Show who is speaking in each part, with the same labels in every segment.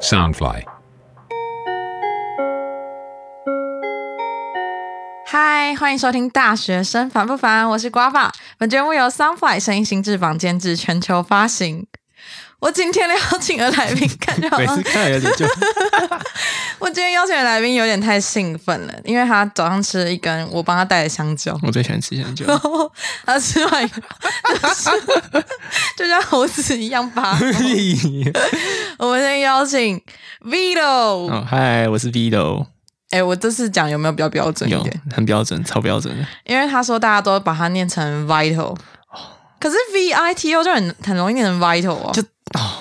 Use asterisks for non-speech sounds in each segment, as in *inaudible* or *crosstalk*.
Speaker 1: Soundfly.
Speaker 2: 嗨，欢迎收听《大学生烦不烦》，我是瓜爸。本节目由 Sunfly 声音新翅膀监制，全球发行。我今天的邀请的来宾，感觉好
Speaker 3: *laughs* 每
Speaker 2: 像
Speaker 3: 次看到有点就，
Speaker 2: *laughs* 我今天邀请的来宾有点太兴奋了，因为他早上吃了一根我帮他带的香蕉 *laughs*
Speaker 3: 我最喜欢吃香蕉，
Speaker 2: 然后他吃完以后，就是就像猴子一样拔。我们先邀请 Vito，哎、哎
Speaker 3: *laughs* 哦，嗨，我是 Vito，
Speaker 2: 我这次讲有没有比较标准一
Speaker 3: 有
Speaker 2: 点？
Speaker 3: 很标准，超标准的，
Speaker 2: 因为他说大家都把它念成 vital，可是 V I T O 就很很容易念成 vital 哦。
Speaker 3: 就哦，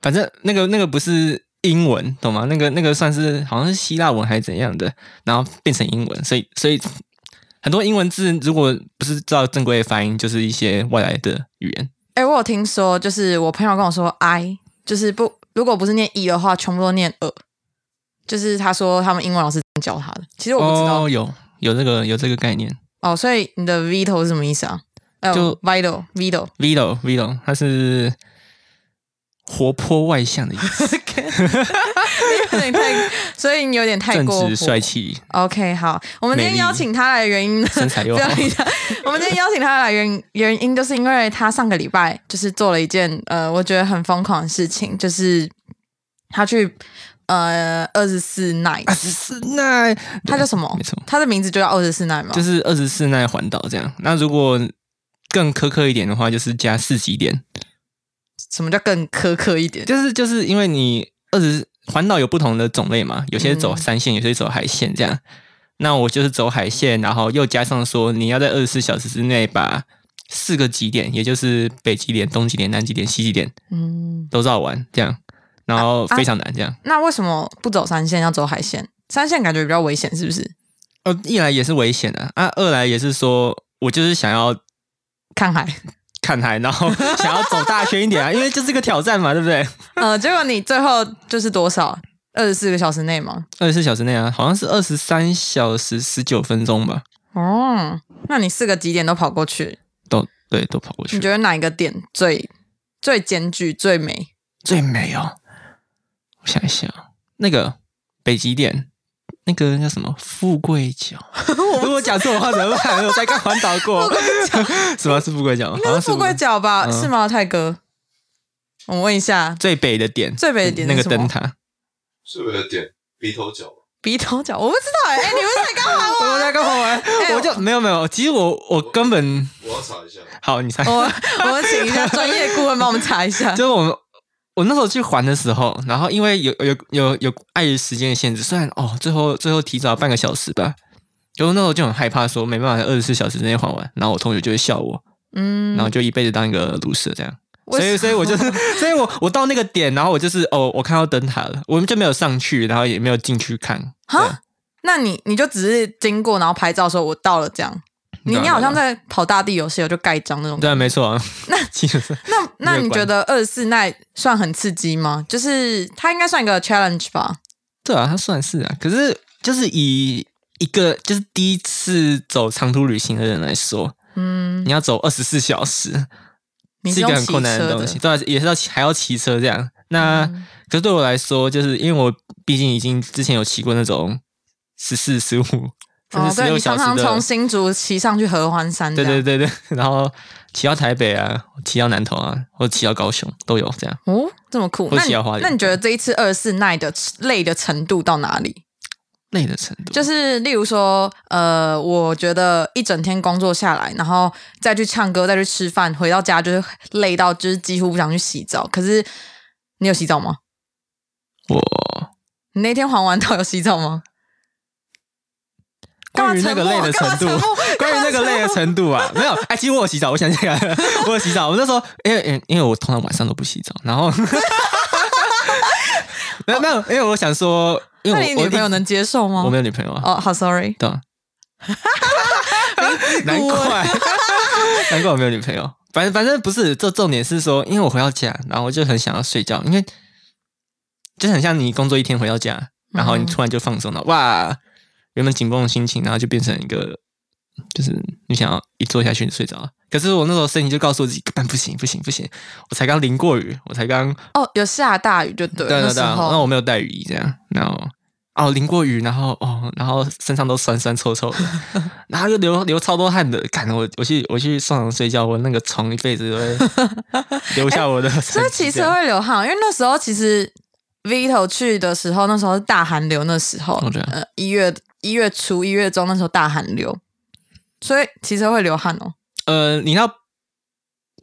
Speaker 3: 反正那个那个不是英文，懂吗？那个那个算是好像是希腊文还是怎样的，然后变成英文，所以所以很多英文字如果不是照正规的发音，就是一些外来的语言。
Speaker 2: 哎、我有听说，就是我朋友跟我说，I 就是不，如果不是念 E 的话，全部都念呃。就是他说他们英文老师这样教他的，其实我不知道
Speaker 3: 哦，
Speaker 2: 哦
Speaker 3: 有有这个有这个概念
Speaker 2: 所以你的 vital 是什么意思啊？呃、
Speaker 3: 就
Speaker 2: vital
Speaker 3: *laughs*
Speaker 2: vital，
Speaker 3: ，Vito Vito，它是活泼外向的意思，
Speaker 2: 有点太，所以你有点 *laughs* 太
Speaker 3: 正
Speaker 2: 过火
Speaker 3: 直帅气，
Speaker 2: OK，好，我们今天
Speaker 3: 美丽
Speaker 2: 邀请他来的原因呢，
Speaker 3: 身材
Speaker 2: *laughs*
Speaker 3: 又
Speaker 2: 不要
Speaker 3: 好。
Speaker 2: 理
Speaker 3: *laughs*
Speaker 2: 他。我们今天邀请他来原原因，就是因为他上个礼拜就是做了一件呃，我觉得很疯狂的事情，就是他去呃二十四 night，
Speaker 3: 二十四奈，
Speaker 2: 他叫什么
Speaker 3: 啊没？错，
Speaker 2: 他的名字就叫二十四 night 吗？
Speaker 3: 就是二十四奈环岛这样。那如果更苛刻一点的话，就是加四级点，
Speaker 2: 什么叫更苛刻一点？
Speaker 3: 就是就是因为你二十环岛有不同的种类嘛，有些走
Speaker 2: 嗯
Speaker 3: 山线，有些走海线这样。那我就是走海线，然后又加上说你要在二十四小时之内把四个极点，也就是北极点、东极点、南极点、西极点
Speaker 2: 嗯，
Speaker 3: 都绕完这样，然后非常难这样。
Speaker 2: 那为什么不走山线要走海线？山线感觉比较危险，是不是？
Speaker 3: 哦，一来也是危险的啊，二来也是说我就是想要
Speaker 2: 看
Speaker 3: *laughs*
Speaker 2: 海，
Speaker 3: 看海，然后 *laughs* 想要走大圈一点啊，因为这是个挑战嘛，对不对？
Speaker 2: 呃，结果你最后就是多少？二十四个小时内吗？
Speaker 3: 二十四小时内啊，好像是二十三小时十九分钟吧，
Speaker 2: 哦，那你四个几点都跑过去，
Speaker 3: 都对，都跑过去
Speaker 2: 你。觉得哪一个点最最艰巨、最美？
Speaker 3: 最美哦，我想一想，那个北极点，那个叫什么富
Speaker 2: *laughs*
Speaker 3: 贵角？如果讲错的话怎么办？我才刚环岛过， *laughs* 什么是富贵角？
Speaker 2: 应该
Speaker 3: 啊好
Speaker 2: 是
Speaker 3: 像是
Speaker 2: 富贵角吧？
Speaker 3: 嗯
Speaker 2: 是吗，泰哥？我问一下，
Speaker 3: 最北的点，
Speaker 2: 最北的点
Speaker 3: 那
Speaker 2: 是
Speaker 3: 个
Speaker 2: 什么
Speaker 3: 灯塔。
Speaker 4: 是不是有点鼻头角？
Speaker 2: 鼻头角，我不知道哎、哎你们才刚好
Speaker 3: *laughs* 我在干嘛玩？
Speaker 2: 哎
Speaker 3: 我就没有没有，其实我我根本
Speaker 4: 我要查一下。
Speaker 3: 好，你猜。
Speaker 2: 我我们请一下专业顾问帮我们查一下。
Speaker 3: *laughs* 就是我们我那时候去还的时候，然后因为有有有有碍于时间的限制，虽然哦最后最后提早半个小时吧，然后那时候就很害怕说没办法在二十四小时之内还完，然后我同学就会笑我，
Speaker 2: 嗯
Speaker 3: 然后就一辈子当一个 loser 这样。
Speaker 2: 为什
Speaker 3: 所以，
Speaker 2: 么
Speaker 3: 所以我就是，
Speaker 2: *laughs*
Speaker 3: 所以我我到那个点，然后我就是哦，我看到灯塔了，我们就没有上去，然后也没有进去看。
Speaker 2: 哈，那你你就只是经过，然后拍照说我到了这样。你
Speaker 3: 对啊
Speaker 2: 你好像在跑大地游戏，我就盖章那种。
Speaker 3: 对啊，没错啊。那其实是
Speaker 2: 那那
Speaker 3: 没有
Speaker 2: 你
Speaker 3: 关
Speaker 2: 觉得二十四奈算很刺激吗？就是它应该算一个 challenge 吧？
Speaker 3: 对啊，它算是啊，可是就是以一个就是第一次走长途旅行的人来说，
Speaker 2: 嗯，
Speaker 3: 你要走二十四小时，
Speaker 2: 你
Speaker 3: 是一
Speaker 2: 用
Speaker 3: 个很
Speaker 2: 骑
Speaker 3: 困难
Speaker 2: 车
Speaker 3: 的东西，对啊、也是要骑还要骑车这样。那、
Speaker 2: 嗯
Speaker 3: 可是对我来说，就是因为我毕竟已经之前有骑过那种十四、十五甚
Speaker 2: 哦，
Speaker 3: 至十
Speaker 2: 对
Speaker 3: 六
Speaker 2: 你
Speaker 3: 小
Speaker 2: 常
Speaker 3: 时
Speaker 2: 常
Speaker 3: 的，
Speaker 2: 从新竹骑上去合欢山，
Speaker 3: 对对，对对，然后骑到台北啊，骑到南投啊，或者骑到高雄都有这样。
Speaker 2: 哦，这么酷。
Speaker 3: 或
Speaker 2: 那
Speaker 3: 骑
Speaker 2: 你
Speaker 3: 到花莲
Speaker 2: 那你觉得这一次二十四耐的累的程度到哪里？
Speaker 3: 累的程度
Speaker 2: 就是例如说，呃，我觉得一整天工作下来，然后再去唱歌，再去吃饭，回到家就是累到就是几乎不想去洗澡。可是你有洗澡吗？
Speaker 3: 我
Speaker 2: 你那天还完到有洗澡吗？
Speaker 3: 关于那个累的程度
Speaker 2: 干嘛沉默，
Speaker 3: *laughs* 关于那个累的程度
Speaker 2: *laughs*
Speaker 3: 啊，没有。哎，其实我有洗澡，我想起来了，我有洗澡。我那时候因为因为因为我通常晚上都不洗澡，然
Speaker 2: *laughs*
Speaker 3: 后没有没有，因为我想说，因
Speaker 2: *laughs* 那你
Speaker 3: 为我
Speaker 2: 女朋友
Speaker 3: 我
Speaker 2: 能接受吗？
Speaker 3: 我没有女朋友啊，
Speaker 2: 哦，好，sorry。
Speaker 3: 对啊，难怪难怪我没有女朋友。反正反正不是，这重点是说，因为我回到家，然后我就很想要睡觉，因为就很像你工作一天回到家，然后你
Speaker 2: 嗯
Speaker 3: 突然就放松了，哇，原本紧绷的心情，然后就变成一个就是你想要一坐下去你睡着了。可是我那时候身体就告诉我自己，干不行不行不行，我才刚淋过雨，我才刚
Speaker 2: 哦，有下大雨就对，
Speaker 3: 对
Speaker 2: 那
Speaker 3: 对
Speaker 2: 时
Speaker 3: 对啊，那
Speaker 2: 候
Speaker 3: 我没有带雨衣这样，然后哦淋过雨，然后哦然后身上都酸酸
Speaker 2: *laughs*
Speaker 3: 臭臭的，然后又流流超多汗的，干我我去我去上床睡觉，我那个床一辈子都会
Speaker 2: *laughs*
Speaker 3: 留下我的痕迹
Speaker 2: 哎
Speaker 3: 这
Speaker 2: 所
Speaker 3: 样。
Speaker 2: 以骑车会流汗，因为那时候其实 Vito 去的时候，那时候是大寒流，那时候
Speaker 3: 哦这样
Speaker 2: 呃一月一月初一月中那时候大寒流，所以骑车会流汗哦，
Speaker 3: 呃，你要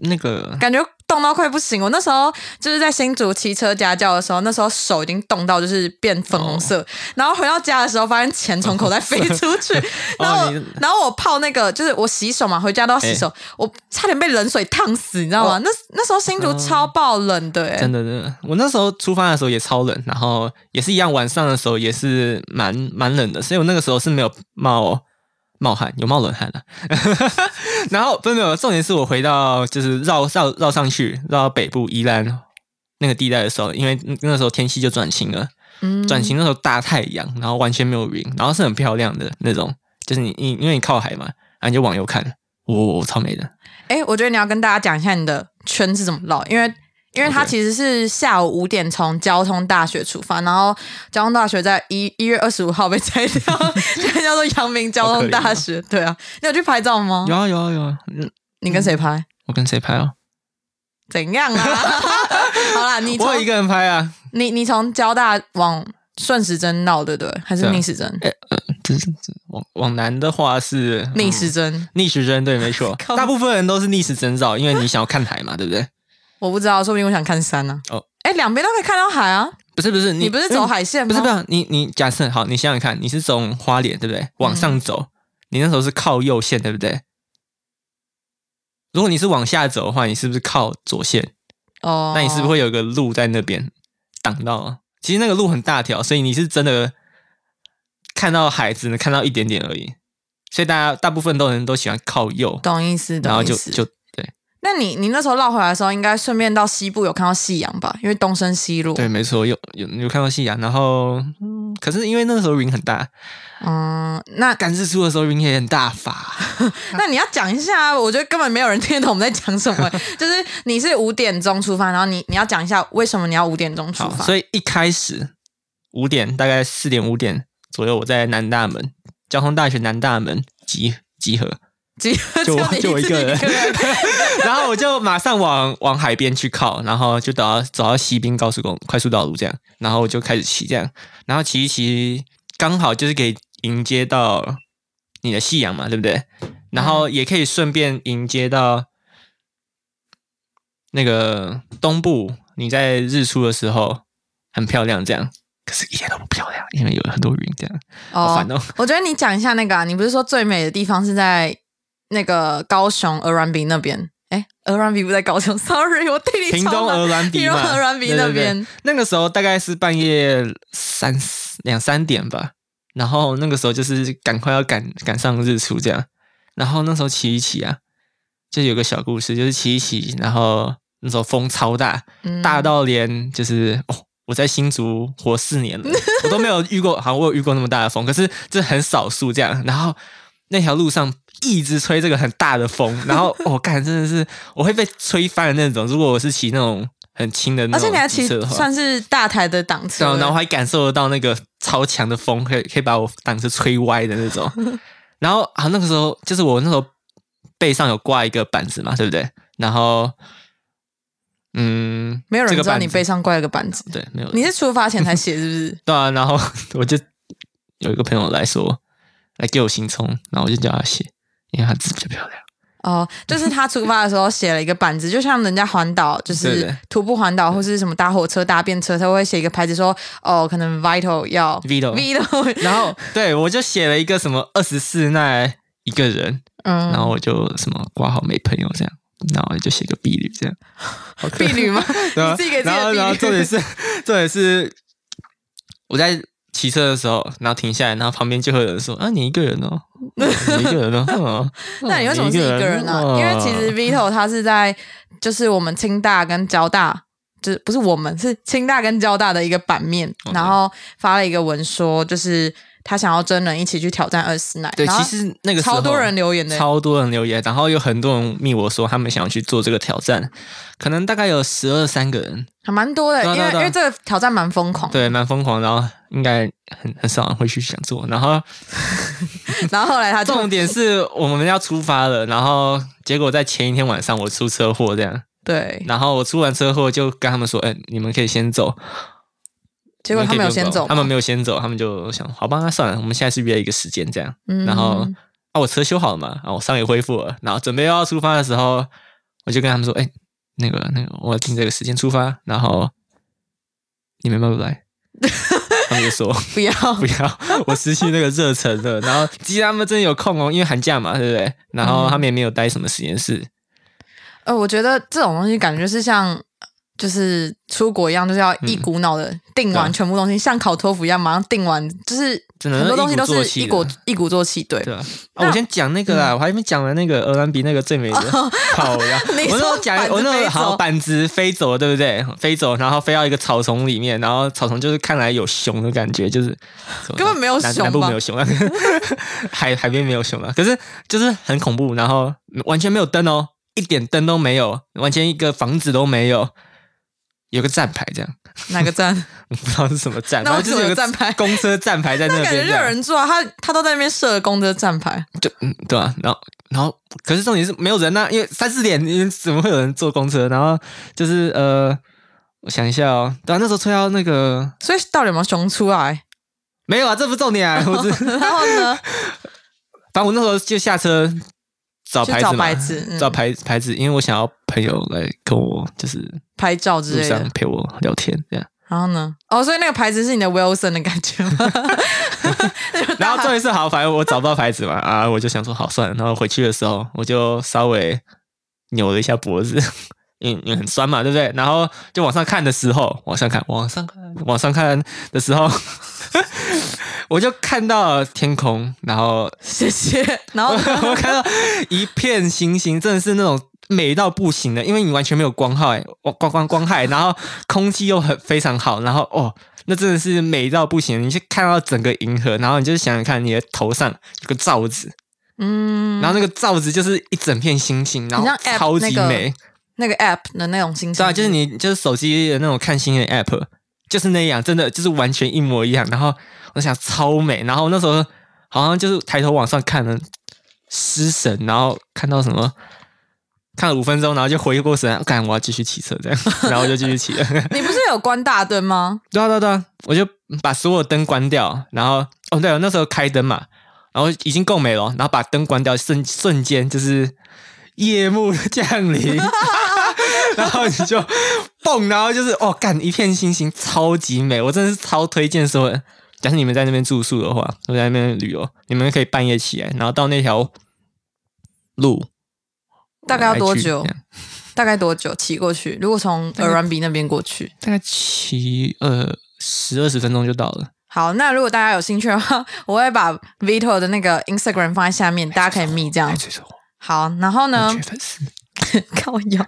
Speaker 3: 那个
Speaker 2: 感觉冻到快不行。我哦那时候就是在新竹骑车家教的时候，那时候手已经冻到就是变粉红色，然后回到家的时候发现钱从口袋飞出去，然后我、
Speaker 3: 哦 *laughs* 哦你哎
Speaker 2: 然后我泡那个就是我洗手嘛，回家都要洗手，我差点被冷水烫死，你知道吗？
Speaker 3: 哦
Speaker 2: 那那时候新
Speaker 3: 嗯
Speaker 2: 竹超爆冷的、欸，
Speaker 3: 真的真的，我那时候出发的时候也超冷，然后也是一样，晚上的时候也是蛮蛮冷的，所以我那个时候是没有冒冒汗，有冒冷汗的、 *laughs* 然后不是没有，重点是我回到就是绕绕绕上去，绕到北部宜兰那个地带的时候，因为那那时候天气就转晴了，
Speaker 2: 嗯
Speaker 3: 转晴那时候大太阳，然后完全没有云，然后是很漂亮的那种，就是你你因为你靠海嘛，然后你就往右看，哇、超美的，
Speaker 2: 哎、我觉得你要跟大家讲一下你的圈是怎么绕，因为因为它
Speaker 3: OK
Speaker 2: 其实是下午五点从交通大学出发，然后交通大学在一一月二十五号被拆
Speaker 3: *laughs*
Speaker 2: 掉，现在叫做阳明交通大学。对啊，你有去拍照吗？
Speaker 3: 有啊有啊有啊，嗯，
Speaker 2: 你跟谁拍？
Speaker 3: 我跟谁拍啊？
Speaker 2: 怎样
Speaker 3: *laughs*
Speaker 2: 啊？好啦，你
Speaker 3: 我
Speaker 2: 从
Speaker 3: 有一个人拍啊，
Speaker 2: 你你从交大往顺时针绕，对不对？还是
Speaker 3: 对啊
Speaker 2: 逆时针？
Speaker 3: 这这这往往南的话是
Speaker 2: 逆
Speaker 3: 嗯
Speaker 2: 时针，，
Speaker 3: 逆时针，对，没
Speaker 2: *laughs*
Speaker 3: 错
Speaker 2: 靠
Speaker 3: 大部分人都是逆时针绕，因为你想要看海嘛，对不对？
Speaker 2: 我不知道，说不定我想看山呢、啊。
Speaker 3: 哦，
Speaker 2: 哎，两边都可以看到海啊！
Speaker 3: 不是不是，
Speaker 2: 你不是走海线吗？
Speaker 3: 嗯不是不是，你你假设好，你想想看，你是从花莲对不对往上走，
Speaker 2: 嗯
Speaker 3: 你那时候是靠右线对不对？如果你是往下走的话，你是不是靠左线？
Speaker 2: 哦，
Speaker 3: 那你是不是会有个路在那边挡到？其实那个路很大条，所以你是真的看到海只能看到一点点而已。所以大家大部分都人都喜欢靠右，
Speaker 2: 懂意思？
Speaker 3: 然后
Speaker 2: 懂意
Speaker 3: 就
Speaker 2: 思。
Speaker 3: 就对
Speaker 2: 那你你那时候绕回来的时候，应该顺便到西部有看到夕阳吧？因为东升西路。
Speaker 3: 对，，没错，有有有看到夕阳，然后嗯，可是因为那个时候云很大，
Speaker 2: 嗯，
Speaker 3: *laughs*
Speaker 2: 那
Speaker 3: 赶日出的时候云也很大发，
Speaker 2: 那你要讲一下啊，我觉得根本没有人听得懂我们在讲什么。就是你是五点钟出发，然后你你要讲一下为什么你要五点钟出
Speaker 3: 好，
Speaker 2: 发？
Speaker 3: 所以一开始五点大概四点五点左右，我在南大门交通大学南大门集集合，
Speaker 2: 只
Speaker 3: *laughs* 就我
Speaker 2: 你
Speaker 3: 就我一
Speaker 2: 自己
Speaker 3: 个人
Speaker 2: 人
Speaker 3: *laughs* 然后我就马上往往海边去靠，然后就走到走到西滨高速公快速道路这样，然后我就开始骑这样，然后骑一骑，刚好就是可以迎接到你的夕阳嘛，对不对？然后也可以顺便迎接到那个东部，你在日出的时候很漂亮这样，可是一点都不漂亮，因为有很多云这样，好
Speaker 2: 哦
Speaker 3: 烦，哦。
Speaker 2: 我觉得你讲一下那个、啊，你不是说最美的地方是在那个高雄鹅銮鼻那边？哎，鹅銮鼻不在高雄，sorry，我 *laughs* 地理
Speaker 3: 屏
Speaker 2: 超
Speaker 3: 东呃
Speaker 2: 烂
Speaker 3: 鹅銮鼻
Speaker 2: 屏东
Speaker 3: 嘛，
Speaker 2: 鹅銮鼻
Speaker 3: 对
Speaker 2: 那
Speaker 3: 对对
Speaker 2: 边
Speaker 3: 那个时候大概是半夜三两三点吧，然后那个时候就是赶快要赶赶上日出这样，然后那时候骑一骑啊，就有个小故事，就是骑一骑，然后那时候风超大，
Speaker 2: 嗯
Speaker 3: 大到连就是哦。我在新竹活四年
Speaker 2: *laughs*
Speaker 3: 了，我都没有遇过，好像我有遇过那么大的风，可是这很少数这样。然后那条路上一直吹这个很大的
Speaker 2: *laughs*
Speaker 3: 风，然后我干、真的是我会被吹翻的那种。如果我是骑那种很轻的那
Speaker 2: 而
Speaker 3: 种
Speaker 2: 且你还
Speaker 3: 机
Speaker 2: 骑
Speaker 3: 车的话，
Speaker 2: 算是大台的档次
Speaker 3: 对啊，
Speaker 2: 了，
Speaker 3: 然后还感受得到那个超强的风，可以可以把我挡车吹歪的那种。
Speaker 2: *laughs*
Speaker 3: 然后啊，那个时候就是我那时候背上有挂一个板子嘛，对不对？然后，嗯，
Speaker 2: 没有人
Speaker 3: 这个
Speaker 2: 知道你
Speaker 3: 板子
Speaker 2: 背上挂了个板子。
Speaker 3: 对没有，
Speaker 2: 你是出发前才写是不是？
Speaker 3: 对啊。然后我就有一个朋友来说，来给我行冲，然后我就叫他写，因为他字比较漂亮。
Speaker 2: *laughs* 哦，就是他出发的时候写了一个板子，就像人家环岛，就
Speaker 3: 对
Speaker 2: 是
Speaker 3: 对
Speaker 2: 徒步环岛或是什么搭火车、搭便车，他会写一个牌子说，哦，可能 Vital 要
Speaker 3: Vito
Speaker 2: Vital，
Speaker 3: 然后对我就写了一个什么二十四奈一个人，
Speaker 2: *laughs* 嗯，
Speaker 3: 然后我就什么挂号没朋友这样，然后就写个婢女这样，
Speaker 2: *laughs*
Speaker 3: 好可
Speaker 2: 婢
Speaker 3: 爱
Speaker 2: 女吗？
Speaker 3: *laughs* 对啊
Speaker 2: 你自己给自己
Speaker 3: 然后然后
Speaker 2: 的
Speaker 3: 重
Speaker 2: 婢 *laughs*
Speaker 3: 点
Speaker 2: 女。
Speaker 3: 是 *laughs* 重点是我在骑车的时候，然后停下来，然后旁边就会有人说：“啊，你一个人
Speaker 2: *laughs*
Speaker 3: 哦，你一个人哦。嗯”
Speaker 2: 那你为什么是一个人呢、
Speaker 3: 哦
Speaker 2: 因为其实 Vito 他是在就是我们清大跟交大，就是
Speaker 3: 哦
Speaker 2: 不是我们是清大跟交大的一个版面，然后发了一个文说，就是他想要真人一起去挑战二师奶。
Speaker 3: 对，
Speaker 2: 然后
Speaker 3: 其实那个时候
Speaker 2: 超多人留言的
Speaker 3: 超多人留言，然后有很多人密我说他们想要去做这个挑战，可能大概有十二三个人，
Speaker 2: 还蛮多的，
Speaker 3: 对啊
Speaker 2: 因为
Speaker 3: 对啊
Speaker 2: 因
Speaker 3: 对啊
Speaker 2: 为这个挑战蛮疯狂的。
Speaker 3: 对，蛮疯狂，然后应该很很少人会去想做。然后
Speaker 2: 然后后来他就
Speaker 3: 重点是我们要出发了，然后结果在前一天晚上我出车祸这样，
Speaker 2: 对，
Speaker 3: 然后我出完车祸就跟他们说，哎、你们可以先走，
Speaker 2: 结果他们有
Speaker 3: 你们可以不用
Speaker 2: 先走吗，
Speaker 3: 他们没有先走，他们就想，好吧，那算了，我们下次约一个时间这样。
Speaker 2: 嗯，
Speaker 3: 然后啊，我车修好了嘛，啊，我伤也恢复了，然后准备要出发的时候，我就跟他们说，哎、那个那个，我要定这个时间出发，然后你们要不要来？他们就说
Speaker 2: 不
Speaker 3: *laughs*
Speaker 2: 要，
Speaker 3: 不要，我失去那个热忱了。然后其实他们真的有空哦，因为寒假嘛，对不对？然后他们也没有待什么实验室，
Speaker 2: 呃，我觉得这种东西感觉是像。就是出国一样，就是要一股脑的定完
Speaker 3: 对啊
Speaker 2: 全部东西，像考托福一样，马上定完，就是
Speaker 3: 真的
Speaker 2: 很多东西都
Speaker 3: 一鼓作
Speaker 2: 是
Speaker 3: 气
Speaker 2: 一鼓
Speaker 3: 的
Speaker 2: 一鼓作气。对，
Speaker 3: 对啊，
Speaker 2: 那嗯哦
Speaker 3: 啊我先讲那个啦，我还没讲完那个鹅兰比那个最美的 *laughs* 烤鸭。
Speaker 2: *laughs* 你
Speaker 3: 我那时
Speaker 2: 说
Speaker 3: 候讲
Speaker 2: 板，子
Speaker 3: 我那时
Speaker 2: 飞
Speaker 3: 候好
Speaker 2: 走
Speaker 3: 板子飞走了，对不对？飞走，然后飞到一个草丛里面，然后草丛就是看来有熊的感觉，就是
Speaker 2: 根本没有
Speaker 3: 南
Speaker 2: 熊
Speaker 3: 南部
Speaker 2: 吧
Speaker 3: 没有熊啊， *laughs* 海海边没有熊啊，可是就是很恐怖，然后完全没有灯哦，一点灯都没有，完全一个房子都没有。有个站牌，这样
Speaker 2: 哪个站？
Speaker 3: 我不知道是什么站，
Speaker 2: 那
Speaker 3: 然后
Speaker 2: 为
Speaker 3: 就
Speaker 2: 什么
Speaker 3: 是有
Speaker 2: 有
Speaker 3: 个
Speaker 2: 站牌
Speaker 3: 公车站牌在 *laughs* 那
Speaker 2: 那
Speaker 3: 边
Speaker 2: 感
Speaker 3: 这
Speaker 2: 觉
Speaker 3: 样。
Speaker 2: 就有人坐啊，他他都在那边设公车站牌，
Speaker 3: 嗯，对啊，然后然后可是重点是没有人啊呐、因为三四点，你怎么会有人坐公车？然后就是呃，我想一下哦，对啊，那时候吹到那个
Speaker 2: 所以到底有没有熊出
Speaker 3: *laughs*
Speaker 2: 来？
Speaker 3: 没有啊，这不重点啊，我只
Speaker 2: *laughs*
Speaker 3: 反
Speaker 2: 然后呢？
Speaker 3: 正我那时候就下车找
Speaker 2: 去
Speaker 3: 牌子
Speaker 2: 找
Speaker 3: 嘛
Speaker 2: 牌子嗯
Speaker 3: 找牌牌子，因为我想要朋友来跟我就是
Speaker 2: 拍照之
Speaker 3: 路
Speaker 2: 类
Speaker 3: 上
Speaker 2: 的。
Speaker 3: 陪我聊天这样。
Speaker 2: 然后呢？哦，所以那个牌子是你的 Wilson 的感觉吗？
Speaker 3: *laughs* 然后终于是好，反正我找不到牌子嘛，啊，我就想说好算了。然后回去的时候，我就稍微扭了一下脖子，因为因为很酸嘛，对不对？然后就往上看的时候，往上看，往上看，往上看的时候， *laughs* 我就看到了天空，然后
Speaker 2: 谢谢。 *laughs* 然后呢
Speaker 3: 我我看到一片星星，真的是那种美到不行的，因为你完全没有光害，光光光光害，然后空气又很非常好，然后哦，那真的是美到不行。你去看到整个银河，然后你就想想看，你的头上有个罩子，
Speaker 2: 嗯，
Speaker 3: 然后那个罩子就是一整片星星，然后
Speaker 2: 像 app
Speaker 3: 超级
Speaker 2: 那个
Speaker 3: 美。
Speaker 2: 那个 App 的那种星
Speaker 3: 对
Speaker 2: 星，
Speaker 3: 啊，就是你就是手机的那种看星星的 app，就是那样，真的就是完全一模一样。然后我想超美，然后那时候好像就是抬头往上看了，失神，然后看到什么。看了五分钟，然后就回过神来，干，我要继续骑车这样， *laughs* 然后我就继续骑了。
Speaker 2: 你不是有关大灯
Speaker 3: *laughs*
Speaker 2: 吗？
Speaker 3: 对啊，对啊，对啊，我就把所有灯关掉，然后哦，对、啊，那时候开灯嘛，然后已经够美了，然后把灯关掉，瞬瞬间就是夜幕降临， *laughs* 然后你就蹦，然后就是哦，干一片星星，超级美，我真的是超推荐所有人。假设你们在那边住宿的话，或者在那边旅游，你们可以半夜起来，然后到那条路，
Speaker 2: 大概要多久
Speaker 3: 来去这样
Speaker 2: 大概多久骑过去？如果从
Speaker 3: 大概
Speaker 2: Aranbi 那边过去，
Speaker 3: 大概骑呃十二十分钟就到了。
Speaker 2: 好，那如果大家有兴趣的话， *laughs* 我会把 Vito 的那个 Instagram 放在下面，大家可以密这样
Speaker 3: *laughs* 哎。追踪我
Speaker 2: 好，然后呢
Speaker 3: 我？缺粉丝。
Speaker 2: 靠腰。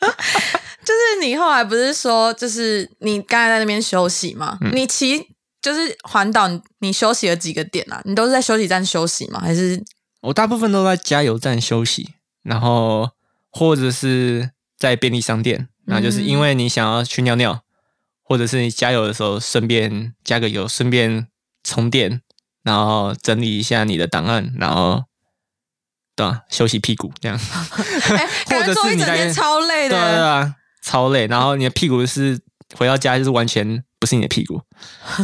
Speaker 2: *laughs* 就是你后来不是说，就是你刚才在那边休息嘛？
Speaker 3: 嗯
Speaker 2: 你骑就是环岛，你你休息了几个点啊？你都是在休息站休息吗？还
Speaker 3: *laughs*
Speaker 2: 是
Speaker 3: 我大部分都在加油站休息，然后或者是在便利商店，那就是
Speaker 2: 嗯
Speaker 3: 因为你想要去尿尿，或者是你加油的时候顺便加个油，顺便充电，然后整理一下你的档案，然后对、啊，休息屁股这样，
Speaker 2: 哎、
Speaker 3: 或
Speaker 2: 感觉
Speaker 3: 者
Speaker 2: 坐
Speaker 3: 是
Speaker 2: 一
Speaker 3: 你
Speaker 2: 整
Speaker 3: 在
Speaker 2: 天超累
Speaker 3: 对啊对
Speaker 2: 的。
Speaker 3: 啊，超累，然后你的屁股是回到家就是完全不是你的屁
Speaker 2: *laughs*
Speaker 3: 股，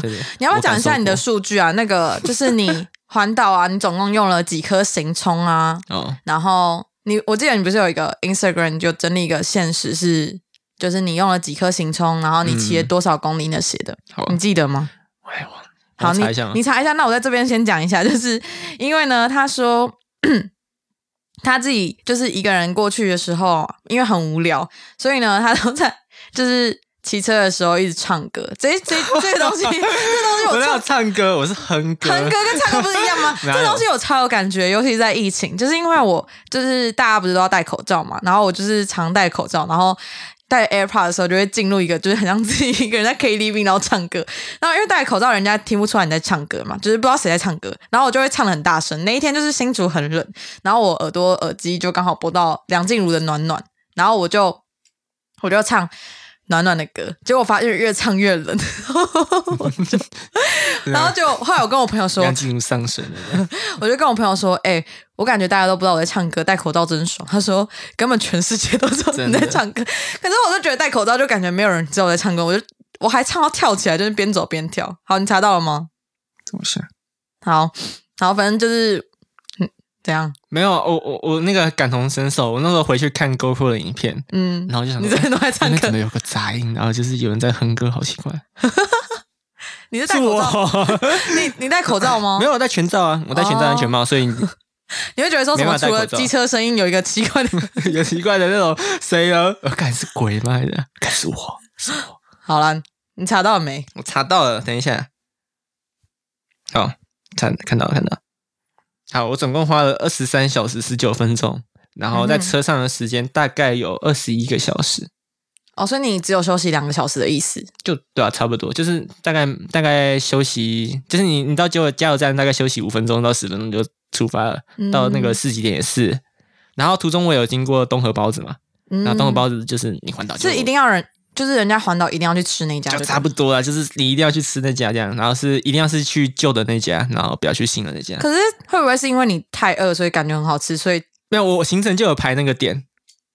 Speaker 3: 对对
Speaker 2: 你要不要讲一下
Speaker 3: 我感受
Speaker 2: 你的
Speaker 3: 过
Speaker 2: 数据啊？那个
Speaker 3: *laughs*
Speaker 2: 就是你环岛啊，你总共用了几颗行充啊？
Speaker 3: 哦，
Speaker 2: 然后你，我记得你不是有一个 Instagram 就整理一个现实是，就是你用了几颗行充，然后你骑了
Speaker 3: 嗯
Speaker 2: 多少公里那些的，
Speaker 3: 好，
Speaker 2: 你记得吗？
Speaker 3: 哎我
Speaker 2: 嗯好，
Speaker 3: 嗯我
Speaker 2: 你
Speaker 3: 查一下嘛
Speaker 2: 你查一下。那我在这边先讲一下，就是因为呢，他说 *clears throat* 他自啊己就是一个人过去的时候，因为很无聊，所以呢，他都在就是骑车的时候一直唱歌，这这这个东
Speaker 3: *laughs*
Speaker 2: 西，这东西
Speaker 3: 我
Speaker 2: 我
Speaker 3: 没有
Speaker 2: 超
Speaker 3: 唱歌，我是哼歌。
Speaker 2: 横歌跟唱歌不是一样吗
Speaker 3: *laughs* ？哪有
Speaker 2: 这东西我超有感觉，尤其在疫情，就是因为我就是大家不是都要戴口罩嘛，然后我就是常戴口罩，然后戴 AirPod 的时候就会进入一个就是很像自己一个人在 KTV 然后唱歌，然后因为戴口罩人家听不出来你在唱歌嘛，就是不知道谁在唱歌，然后我就会唱的很大声。那一天就是新竹很冷，然后我耳朵耳机就刚好播到梁静茹的《暖暖》，然后我就我就唱。暖暖的歌，结果发现越唱越冷， *laughs*
Speaker 3: 啊
Speaker 2: 然后就后来我跟我朋友说，
Speaker 3: *laughs* 梁静茹上身了，
Speaker 2: *laughs* 我就跟我朋友说，哎、我感觉大家都不知道我在唱歌，戴口罩真爽。他说，根本全世界都知道你在唱歌，可是我就觉得戴口罩就感觉没有人知道我在唱歌，我就我还唱到跳起来，就是边走边跳。好，你查到了吗？
Speaker 3: 怎么想？
Speaker 2: 好，好，反正就是，嗯，怎样？
Speaker 3: 没有，我我我那个感同身受，我那时候回去看 GoPro 的影片，
Speaker 2: 嗯，
Speaker 3: 然后就想
Speaker 2: 你
Speaker 3: 说，哎
Speaker 2: 这边都在
Speaker 3: 那
Speaker 2: 唱
Speaker 3: 边怎么
Speaker 2: 歌，
Speaker 3: 有个杂音？然后就是有人在哼歌，好奇怪。
Speaker 2: 你是戴
Speaker 3: 是
Speaker 2: 口罩？哦
Speaker 3: 我，
Speaker 2: 你你戴口罩吗？ *laughs*
Speaker 3: *laughs* 没有我戴全罩啊，我戴全罩安全帽，所以 *laughs*
Speaker 2: 你会觉得说什
Speaker 3: 没
Speaker 2: 么？
Speaker 3: 办法戴
Speaker 2: 除了
Speaker 3: 口罩
Speaker 2: 机车声音有一个奇怪
Speaker 3: *laughs*
Speaker 2: 的。
Speaker 3: 有奇怪的那种声音啊，我感是鬼吗？还是敢是我？是我，
Speaker 2: 好啦，你查到了没？
Speaker 3: 我查到了，等一下，好，看看到了看到了，好，我总共花了二十三小时十九分钟，然后在
Speaker 2: 嗯哼
Speaker 3: 车上的时间大概有二十一个小时，
Speaker 2: 哦，所以你只有休息两个小时的意思。
Speaker 3: 就对啊，差不多，就是大概大概休息，就是你你到结果加油站大概休息五分钟到十分钟就出发了，到那
Speaker 2: 嗯
Speaker 3: 个市集点也是。然后途中我有经过东河包子嘛，
Speaker 2: 嗯，
Speaker 3: 然后东河包子就是你环岛啊就是
Speaker 2: 一定要人，就是人家环岛一定要去吃那一家，
Speaker 3: 就
Speaker 2: 对
Speaker 3: 差
Speaker 2: 了
Speaker 3: 不多啦，就是你一定要去吃那家这样，然后是一定要是去旧的那家，然后不要去新的那家。
Speaker 2: 可是会不会是因为你太饿，所以感觉很好吃？所以，
Speaker 3: 没有，我我行程就有排那个点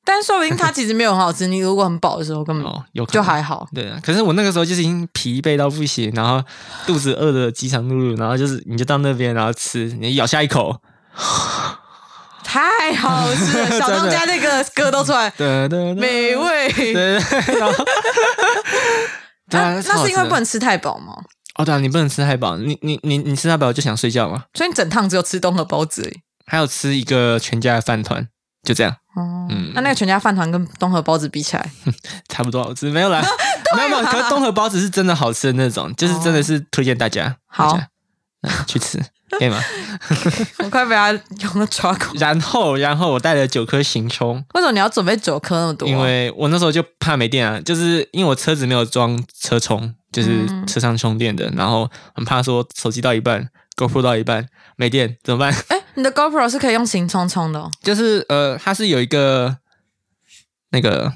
Speaker 2: 但说不定它其实没有很好吃。你如果很饱的时候，根本
Speaker 3: 哦，有可
Speaker 2: 嗯
Speaker 3: 能
Speaker 2: 就还好。
Speaker 3: 对啊。可是我那个时候就是已经疲惫到不行，然后肚子饿的饥肠辘辘，然后就是你就到那边然后吃，你咬下
Speaker 2: *laughs*
Speaker 3: 一口，
Speaker 2: *laughs* 太好吃
Speaker 3: *laughs*
Speaker 2: 了，小当家那个歌都出来，
Speaker 3: 对对
Speaker 2: 美
Speaker 3: 对
Speaker 2: 味。
Speaker 3: 对， *laughs* 然后对啊
Speaker 2: 那，
Speaker 3: 超好
Speaker 2: 那是因为
Speaker 3: 吃的
Speaker 2: 不能吃太饱吗？
Speaker 3: 哦，对啊，你不能吃太饱，你你你你吃太饱就想睡觉嘛，
Speaker 2: 所以你整趟只有吃东河包子而已。
Speaker 3: 还有吃一个全家的饭团，就这样。
Speaker 2: 哦
Speaker 3: 嗯，
Speaker 2: 那那个全家饭团跟东河包子比起来，
Speaker 3: 差不多好吃，
Speaker 2: *laughs*
Speaker 3: 没有啦，没有没有。
Speaker 2: 啊
Speaker 3: 可是东河包子是真的好吃的那种，就是真的是推荐大家
Speaker 2: 哦好
Speaker 3: 大家嗯去吃，可
Speaker 2: *laughs*
Speaker 3: 以吗？
Speaker 2: 我快被他 *laughs* 用了抓狂。
Speaker 3: 然后然后我带了九颗行充，
Speaker 2: 为什么你要准备九颗那么多啊？
Speaker 3: 因为我那时候就怕没电啊，就是因为我车子没有装车充，就是
Speaker 2: 嗯
Speaker 3: 车上充电的，然后很怕说手机到一半，GoPro 到一半没电怎么办？
Speaker 2: 哎，你的 GoPro 是可以用行充充的哦。
Speaker 3: 就是呃，它是有一个那个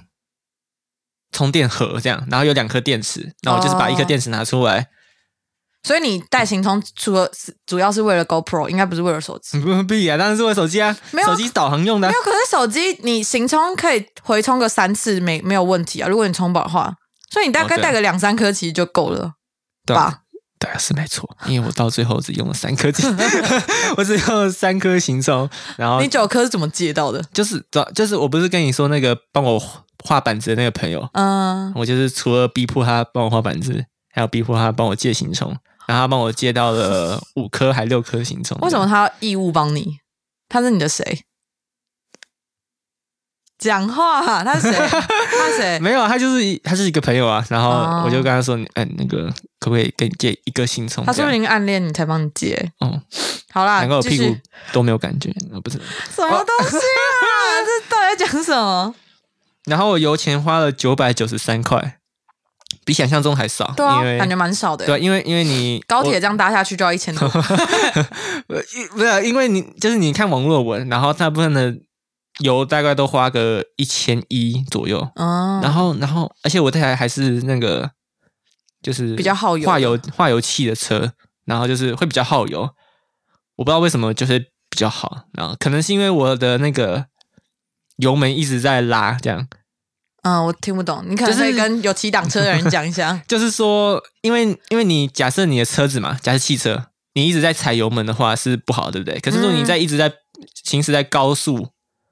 Speaker 3: 充电盒这样，然后有两颗电池，然后我就是把一颗
Speaker 2: 哦
Speaker 3: 电池拿出
Speaker 2: *laughs*
Speaker 3: 来。
Speaker 2: 所以你带行充除了是主要是为了 GoPro，应该不是为了手机。
Speaker 3: 不必啊，当然是我手机啊，
Speaker 2: 没有
Speaker 3: 手机导航用的啊
Speaker 2: 没有，可是手机你行充可以回充个三次，没没有问题啊。如果你充饱的话，所以你大
Speaker 3: 哦
Speaker 2: 概
Speaker 3: 对
Speaker 2: 带个两三颗其实就够了。
Speaker 3: 对
Speaker 2: 吧
Speaker 3: 啊，对啊，是没错，因为我到最后只用了三颗，
Speaker 2: *laughs*
Speaker 3: 我只用了三颗行充，然后
Speaker 2: 你九颗是怎么借到的？
Speaker 3: 就是啊就是我不是跟你说那个帮我画板子的那个朋友，
Speaker 2: 嗯，
Speaker 3: 我就是除了逼迫他帮我画板子，还有逼迫他帮我借行充，然后他帮我借到了五颗还六颗行充，
Speaker 2: 为什么他要义务帮你？他是你的谁？讲话、他
Speaker 3: *laughs*
Speaker 2: 是谁？他是谁？
Speaker 3: 没有啊，他就是一他是一个朋友啊，然
Speaker 2: 哦
Speaker 3: 后我就跟他说，哎、那个可不可以跟你借一个行充？
Speaker 2: 他说
Speaker 3: 这
Speaker 2: 不
Speaker 3: 样
Speaker 2: 定啊暗恋你才帮你借。
Speaker 3: 哦，
Speaker 2: 好啦
Speaker 3: 难怪，我
Speaker 2: 继
Speaker 3: 屁股
Speaker 2: 续。
Speaker 3: 都没有感觉，啊不是。
Speaker 2: 什么东
Speaker 3: *laughs*
Speaker 2: 西啊？这到底在讲什么？
Speaker 3: 然后我油钱花了九百九十三块，比想象中还少，
Speaker 2: 对啊
Speaker 3: 因为，
Speaker 2: 感觉蛮少的。
Speaker 3: 对啊，因为因为你
Speaker 2: 高铁这样搭下去就要一千多。
Speaker 3: 我呃因不是啊因为你就是你看网络文，然后大部分的油大概都花个一千一左右，
Speaker 2: 嗯，
Speaker 3: *laughs* 然后然后而且我这台还是那个就是
Speaker 2: 比较耗油
Speaker 3: 化油化油器的车，然后就是会比较耗油，我不知道为什么就是比较好，然后可能是因为我的那个油门一直在拉这样。
Speaker 2: 嗯，我听不懂，你可能可以
Speaker 3: 就是
Speaker 2: 跟有骑挡车的人讲一下。
Speaker 3: 就是说，因为因为你假设你的车子嘛，假设汽车，你一直在踩油门的话是不好，对不对？可是如果
Speaker 2: 嗯
Speaker 3: 你在一直在行驶在高速，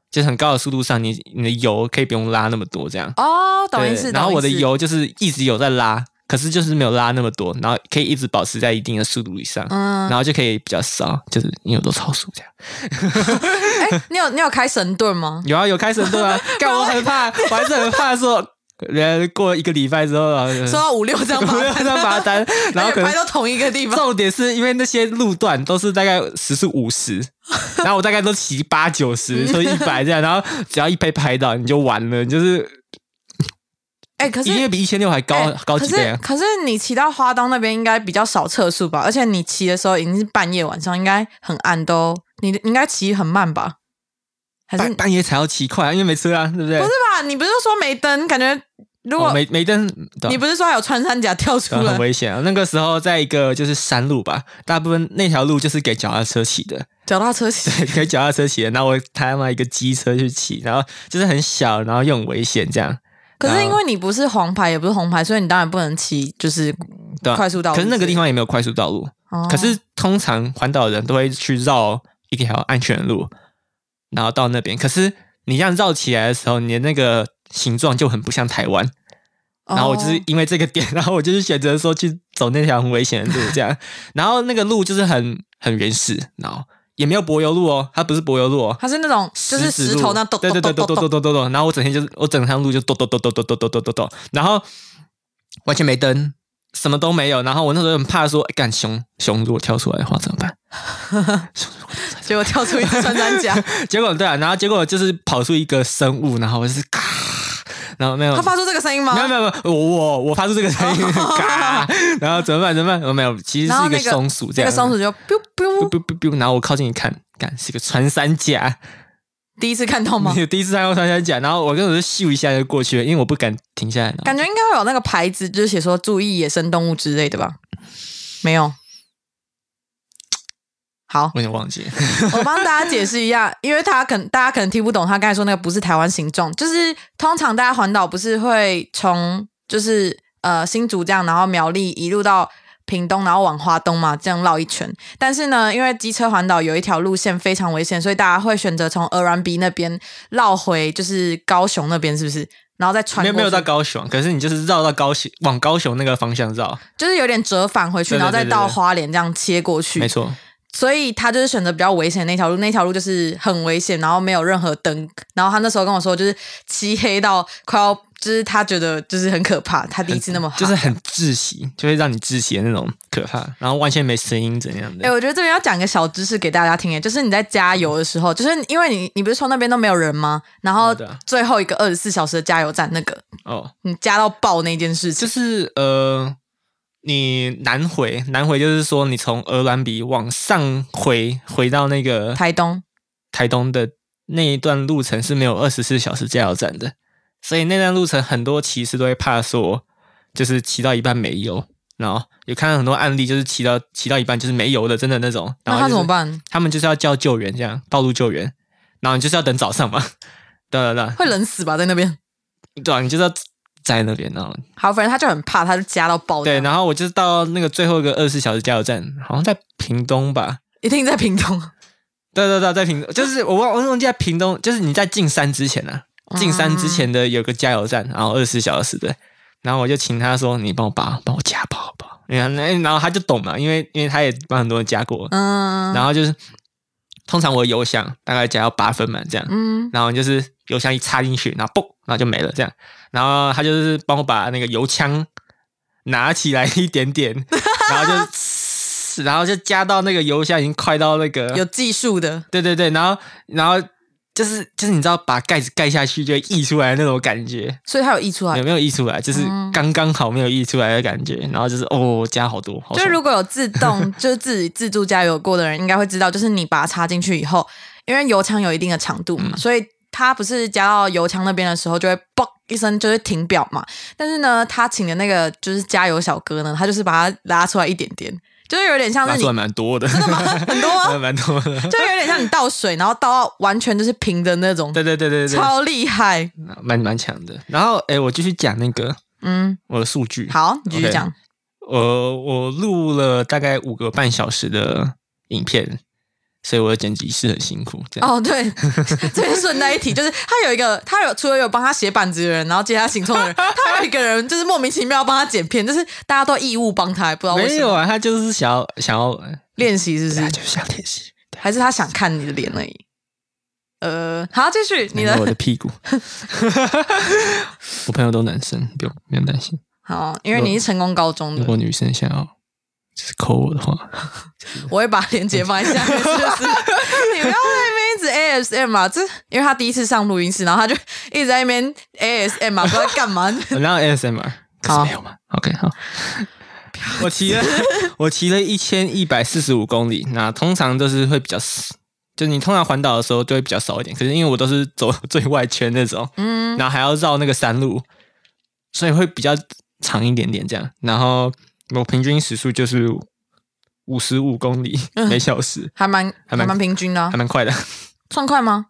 Speaker 3: 就是很高的速度上，你你的油可以不用拉那么多，这样。
Speaker 2: 哦，懂意思。
Speaker 3: *laughs* 对然后
Speaker 2: 懂意
Speaker 3: 我的
Speaker 2: 思，
Speaker 3: 油就是一直有在拉，可是就是没有拉那么多，然后可以一直保持在一定的速度以上，
Speaker 2: 嗯
Speaker 3: 然，后就可以比较少，就是因为我都超速这样。
Speaker 2: 哎，你有你有开神盾吗？ *laughs*
Speaker 3: 有啊，有开神盾啊！但我很怕，我还是很怕说，人家过一个礼拜之后，然后就
Speaker 2: 收到五六张罚
Speaker 3: 五六
Speaker 2: 单，
Speaker 3: 张罚单， *laughs* 然后
Speaker 2: 而且
Speaker 3: 可能
Speaker 2: 拍到同一个地方，
Speaker 3: 重点是因为那些路段都是大概时速
Speaker 2: *laughs*
Speaker 3: 五十，然后我大概都骑八九十，所以一百这样，然后只要一被拍到你就完了，你就是
Speaker 2: 哎、可是
Speaker 3: 一定比一千六还高、
Speaker 2: 哎
Speaker 3: 高几倍啊！
Speaker 2: 可是可是你骑到花东那边应该比较少测速吧？而且你骑的时候已经是半夜晚上，应该很暗都，你你应该骑很慢吧？还是
Speaker 3: 半半夜才要骑快、啊，因为没车啊，对不对？
Speaker 2: 不是吧？你不是说没灯？感觉如果、
Speaker 3: 哦、没没灯，对啊
Speaker 2: 你不是说还有穿山甲跳出
Speaker 3: 对啊
Speaker 2: 来
Speaker 3: *laughs* 很？危险啊！那个时候在一个就是山路吧，大部分那条路就是给脚踏车骑的， *laughs*
Speaker 2: 脚踏车骑，
Speaker 3: 对，给脚踏车骑的。然后我他妈一个机车去骑，然后就是很小，然后又很危险，这样
Speaker 2: 可是
Speaker 3: 然后
Speaker 2: 因为你不是黄牌，也不是红牌，所以你当然不能骑，就是
Speaker 3: 对、啊。
Speaker 2: 快速道路
Speaker 3: 可
Speaker 2: 之类的。
Speaker 3: 是那个地方也没有快速道路，
Speaker 2: 哦，
Speaker 3: 可是通常环岛的人都会去绕一条安全的路，然后到那边。可是你这样绕起来的时候，你的那个形状就很不像台湾。然后我就是
Speaker 2: 哦
Speaker 3: 因为这个点，然后我就是选择说去走那条很危险的路，这样。然后那个路就是很很原始，然后也没有柏油路哦，它不是柏油路哦，
Speaker 2: 它是那种就是
Speaker 3: 石子
Speaker 2: 石
Speaker 3: 路
Speaker 2: 头那咚
Speaker 3: 对对对
Speaker 2: 咚咚
Speaker 3: 咚
Speaker 2: 咚
Speaker 3: 咚咚咚咚咚。然后我整天就是我整条路就咚咚咚咚咚咚咚咚咚咚，然后完全没灯，什么都没有。然后我那时候很怕说，哎干熊熊如果跳出来的话怎么办？
Speaker 2: 结果跳出一只穿山
Speaker 3: *laughs*
Speaker 2: 甲，
Speaker 3: 结果对啊，然后结果就是跑出一个生物，然后我就是嘎，然后没有
Speaker 2: 它发出这个声音吗？
Speaker 3: 没有没有没有，我我我发出这个声音，
Speaker 2: *laughs*
Speaker 3: 嘎，然后怎么办怎么办？我没有，其实
Speaker 2: 然
Speaker 3: 是
Speaker 2: 后
Speaker 3: 一个
Speaker 2: 那个
Speaker 3: 松鼠这
Speaker 2: 那
Speaker 3: 样，
Speaker 2: 个松鼠就 biu
Speaker 3: 不
Speaker 2: biu，
Speaker 3: 不不不，然后我靠近一看，干是个穿山甲，
Speaker 2: 第一次看
Speaker 3: *laughs*
Speaker 2: 到吗？
Speaker 3: 你第一次看到穿山甲，然后我跟我就咻一下就过去了，因为我不敢停下来。然后
Speaker 2: 感觉应该会有那个牌子，就是写说注意野生动物之类的吧？没有。好，
Speaker 3: 我有点忘记了，
Speaker 2: *laughs* 我帮大家解释一下，因为他可能大家可能听不懂，他刚才说那个不是台湾形状，就是通常大家环岛不是会从就是呃新竹这样，然后苗栗一路到屏东，然后往花东嘛，这样绕一圈。但是呢，因为机车环岛有一条路线非常危险，所以大家会选择从鹅銮鼻那边绕回就是高雄那边，是不是？然后再穿
Speaker 3: 没
Speaker 2: 过
Speaker 3: 有没有
Speaker 2: 去
Speaker 3: 到高雄，可是你就是绕到高雄，往高雄那个方向绕，
Speaker 2: 就是有点折返回去，
Speaker 3: 对对
Speaker 2: 然后再
Speaker 3: 对对
Speaker 2: 到
Speaker 3: 对
Speaker 2: 花莲这样切过去。
Speaker 3: 没，错，
Speaker 2: 所以他就是选择比较危险的那条路，那条路就是很危险，然后没有任何灯。然后他那时候跟我说，就是漆黑到快要，就是他觉得就是很可怕，他第一次那么
Speaker 3: 就是
Speaker 2: 嗨
Speaker 3: 很窒息，就会让你窒息的那种可怕，然后完全没声音怎样
Speaker 2: 哎、
Speaker 3: 的。
Speaker 2: 我觉得这边要讲一个小知识给大家听，哎，就是你在加油的时候，就是因为你你不是说那边都没有人吗？然后
Speaker 3: 哦对啊
Speaker 2: 最后一个二十四小时的加油站，那个
Speaker 3: 哦，
Speaker 2: 你加到爆那件事情，
Speaker 3: 就是呃，你南回，南回就是说你从鹅銮鼻往上回，回到那个
Speaker 2: 台东
Speaker 3: 台东的那一段路程是没有二十四小时加油站的，所以那段路程很多骑士都会怕说，就是骑到一半没油，然后有看到很多案例，就是骑到骑到一半就是没油的，真的那种。然
Speaker 2: 那
Speaker 3: 后、
Speaker 2: 他怎么？办？
Speaker 3: 他们就是要叫救援，这样道路救援，然后你就是要等早上嘛， *laughs* 对对对，
Speaker 2: 会冷死吧，在那边。
Speaker 3: 对啊，你就是要在那边，然后
Speaker 2: 好，反正他就很怕，他就加到爆这
Speaker 3: 对，
Speaker 2: 样。
Speaker 3: 然后我就是到那个最后一个二十四小时加油站，好像在屏东吧。
Speaker 2: 一定在屏东。
Speaker 3: 对对对，在屏东，就是我忘我忘记在屏东，就是你在进山之前啊，
Speaker 2: 哦
Speaker 3: 进山之前的有个加油站，然后二十四小时的，然后我就请他说：“你帮我把帮我加爆好不好？” *laughs* 然后哎然后他就懂了，因为因为他也帮很多人加过，
Speaker 2: 嗯，
Speaker 3: 然后就是通常我的油箱大概加到八分满这样，
Speaker 2: 嗯，
Speaker 3: 然后你就是油箱一插进去，然后嘣，然后就没了这样。然后他就是帮我把那个油枪拿起来一
Speaker 2: *laughs*
Speaker 3: 点点，然后就嘶，然后就加到那个油箱已经快到那
Speaker 2: 有
Speaker 3: 个，
Speaker 2: 技术的，
Speaker 3: 对对对，然后然后就是就是你知道把盖子盖下去就会溢出来那种感觉，
Speaker 2: 所以它有溢出来
Speaker 3: 有。没有溢出来？就是
Speaker 2: 嗯
Speaker 3: 刚刚好没有溢出来的感觉，然后就是哦加好多，好
Speaker 2: 就是
Speaker 3: 爽
Speaker 2: 如果有自
Speaker 3: *laughs*
Speaker 2: 动就是自己自助加油过的人，应该会知道，就是你把它插进去以后，因为油枪有一定的长度
Speaker 3: 嗯
Speaker 2: 嘛，所以它不是加到油枪那边的时候就会嘣一声就会停表嘛。但是呢，他请的那个就是加油小哥呢，他就是把它拉出来一点点，就是有点像是
Speaker 3: 拉出来
Speaker 2: 你
Speaker 3: 蛮多 *laughs* 的，真的吗？
Speaker 2: *laughs* 很多啊、
Speaker 3: 蛮多的， *laughs*
Speaker 2: 就有点像你倒水，然后倒到完全就是平的那种，
Speaker 3: 对对对对对，
Speaker 2: 超厉害。
Speaker 3: 蛮蛮强的。然后哎，我继续讲那个
Speaker 2: 嗯，
Speaker 3: 我的数据，
Speaker 2: 好，你继续
Speaker 3: OK
Speaker 2: 讲。
Speaker 3: 我呃我录了大概五个半小时的影片，所以我的剪辑师很辛苦。这样，
Speaker 2: 哦，对， *laughs* 这边顺带一提，就是他有一个，他有除了有帮他写板子的人，然后接他行动的人，他还有一个人就是莫名其妙帮他剪片，就是大家都义务帮他，不知道哦为
Speaker 3: 没
Speaker 2: 什
Speaker 3: 有
Speaker 2: 么
Speaker 3: 啊，他就是想要想要，
Speaker 2: 练习是不
Speaker 3: 对啊
Speaker 2: 是？
Speaker 3: 他就是想练习。对
Speaker 2: 还是他想看你的脸而已？呃，好，继续你 *laughs*
Speaker 3: 然后我
Speaker 2: 的
Speaker 3: 的屁股，我朋友都男生，不用不用担心。
Speaker 2: 好，因为你是成功高中
Speaker 3: 如
Speaker 2: 的，
Speaker 3: 果女生想要就是扣我的话，
Speaker 2: *laughs* 我会把链接放在下面。就是 *laughs* 你不要在那边一直 ASM 啊，这因为他第一次上录音室，然后他就一直在那边 ASM 啊，不知道在干嘛。 *laughs*
Speaker 3: 我让 ASMR 可是
Speaker 2: 好
Speaker 3: 没有嘛？OK，好。我骑了 *laughs* 我骑了一千一百四十五公里，那通常都是会比较死，就是你通常环岛的时候就会比较少一点。可是因为我都是走 *laughs* 最外圈那种，
Speaker 2: 嗯，
Speaker 3: 然后还要绕那个山路，所以会比较长一点点这样。然后我平均时速就是五十五公里
Speaker 2: 嗯
Speaker 3: 每小时，
Speaker 2: 还蛮
Speaker 3: 还
Speaker 2: 还
Speaker 3: 蛮
Speaker 2: 蛮平均的啊
Speaker 3: 还，蛮快的。
Speaker 2: 算快吗？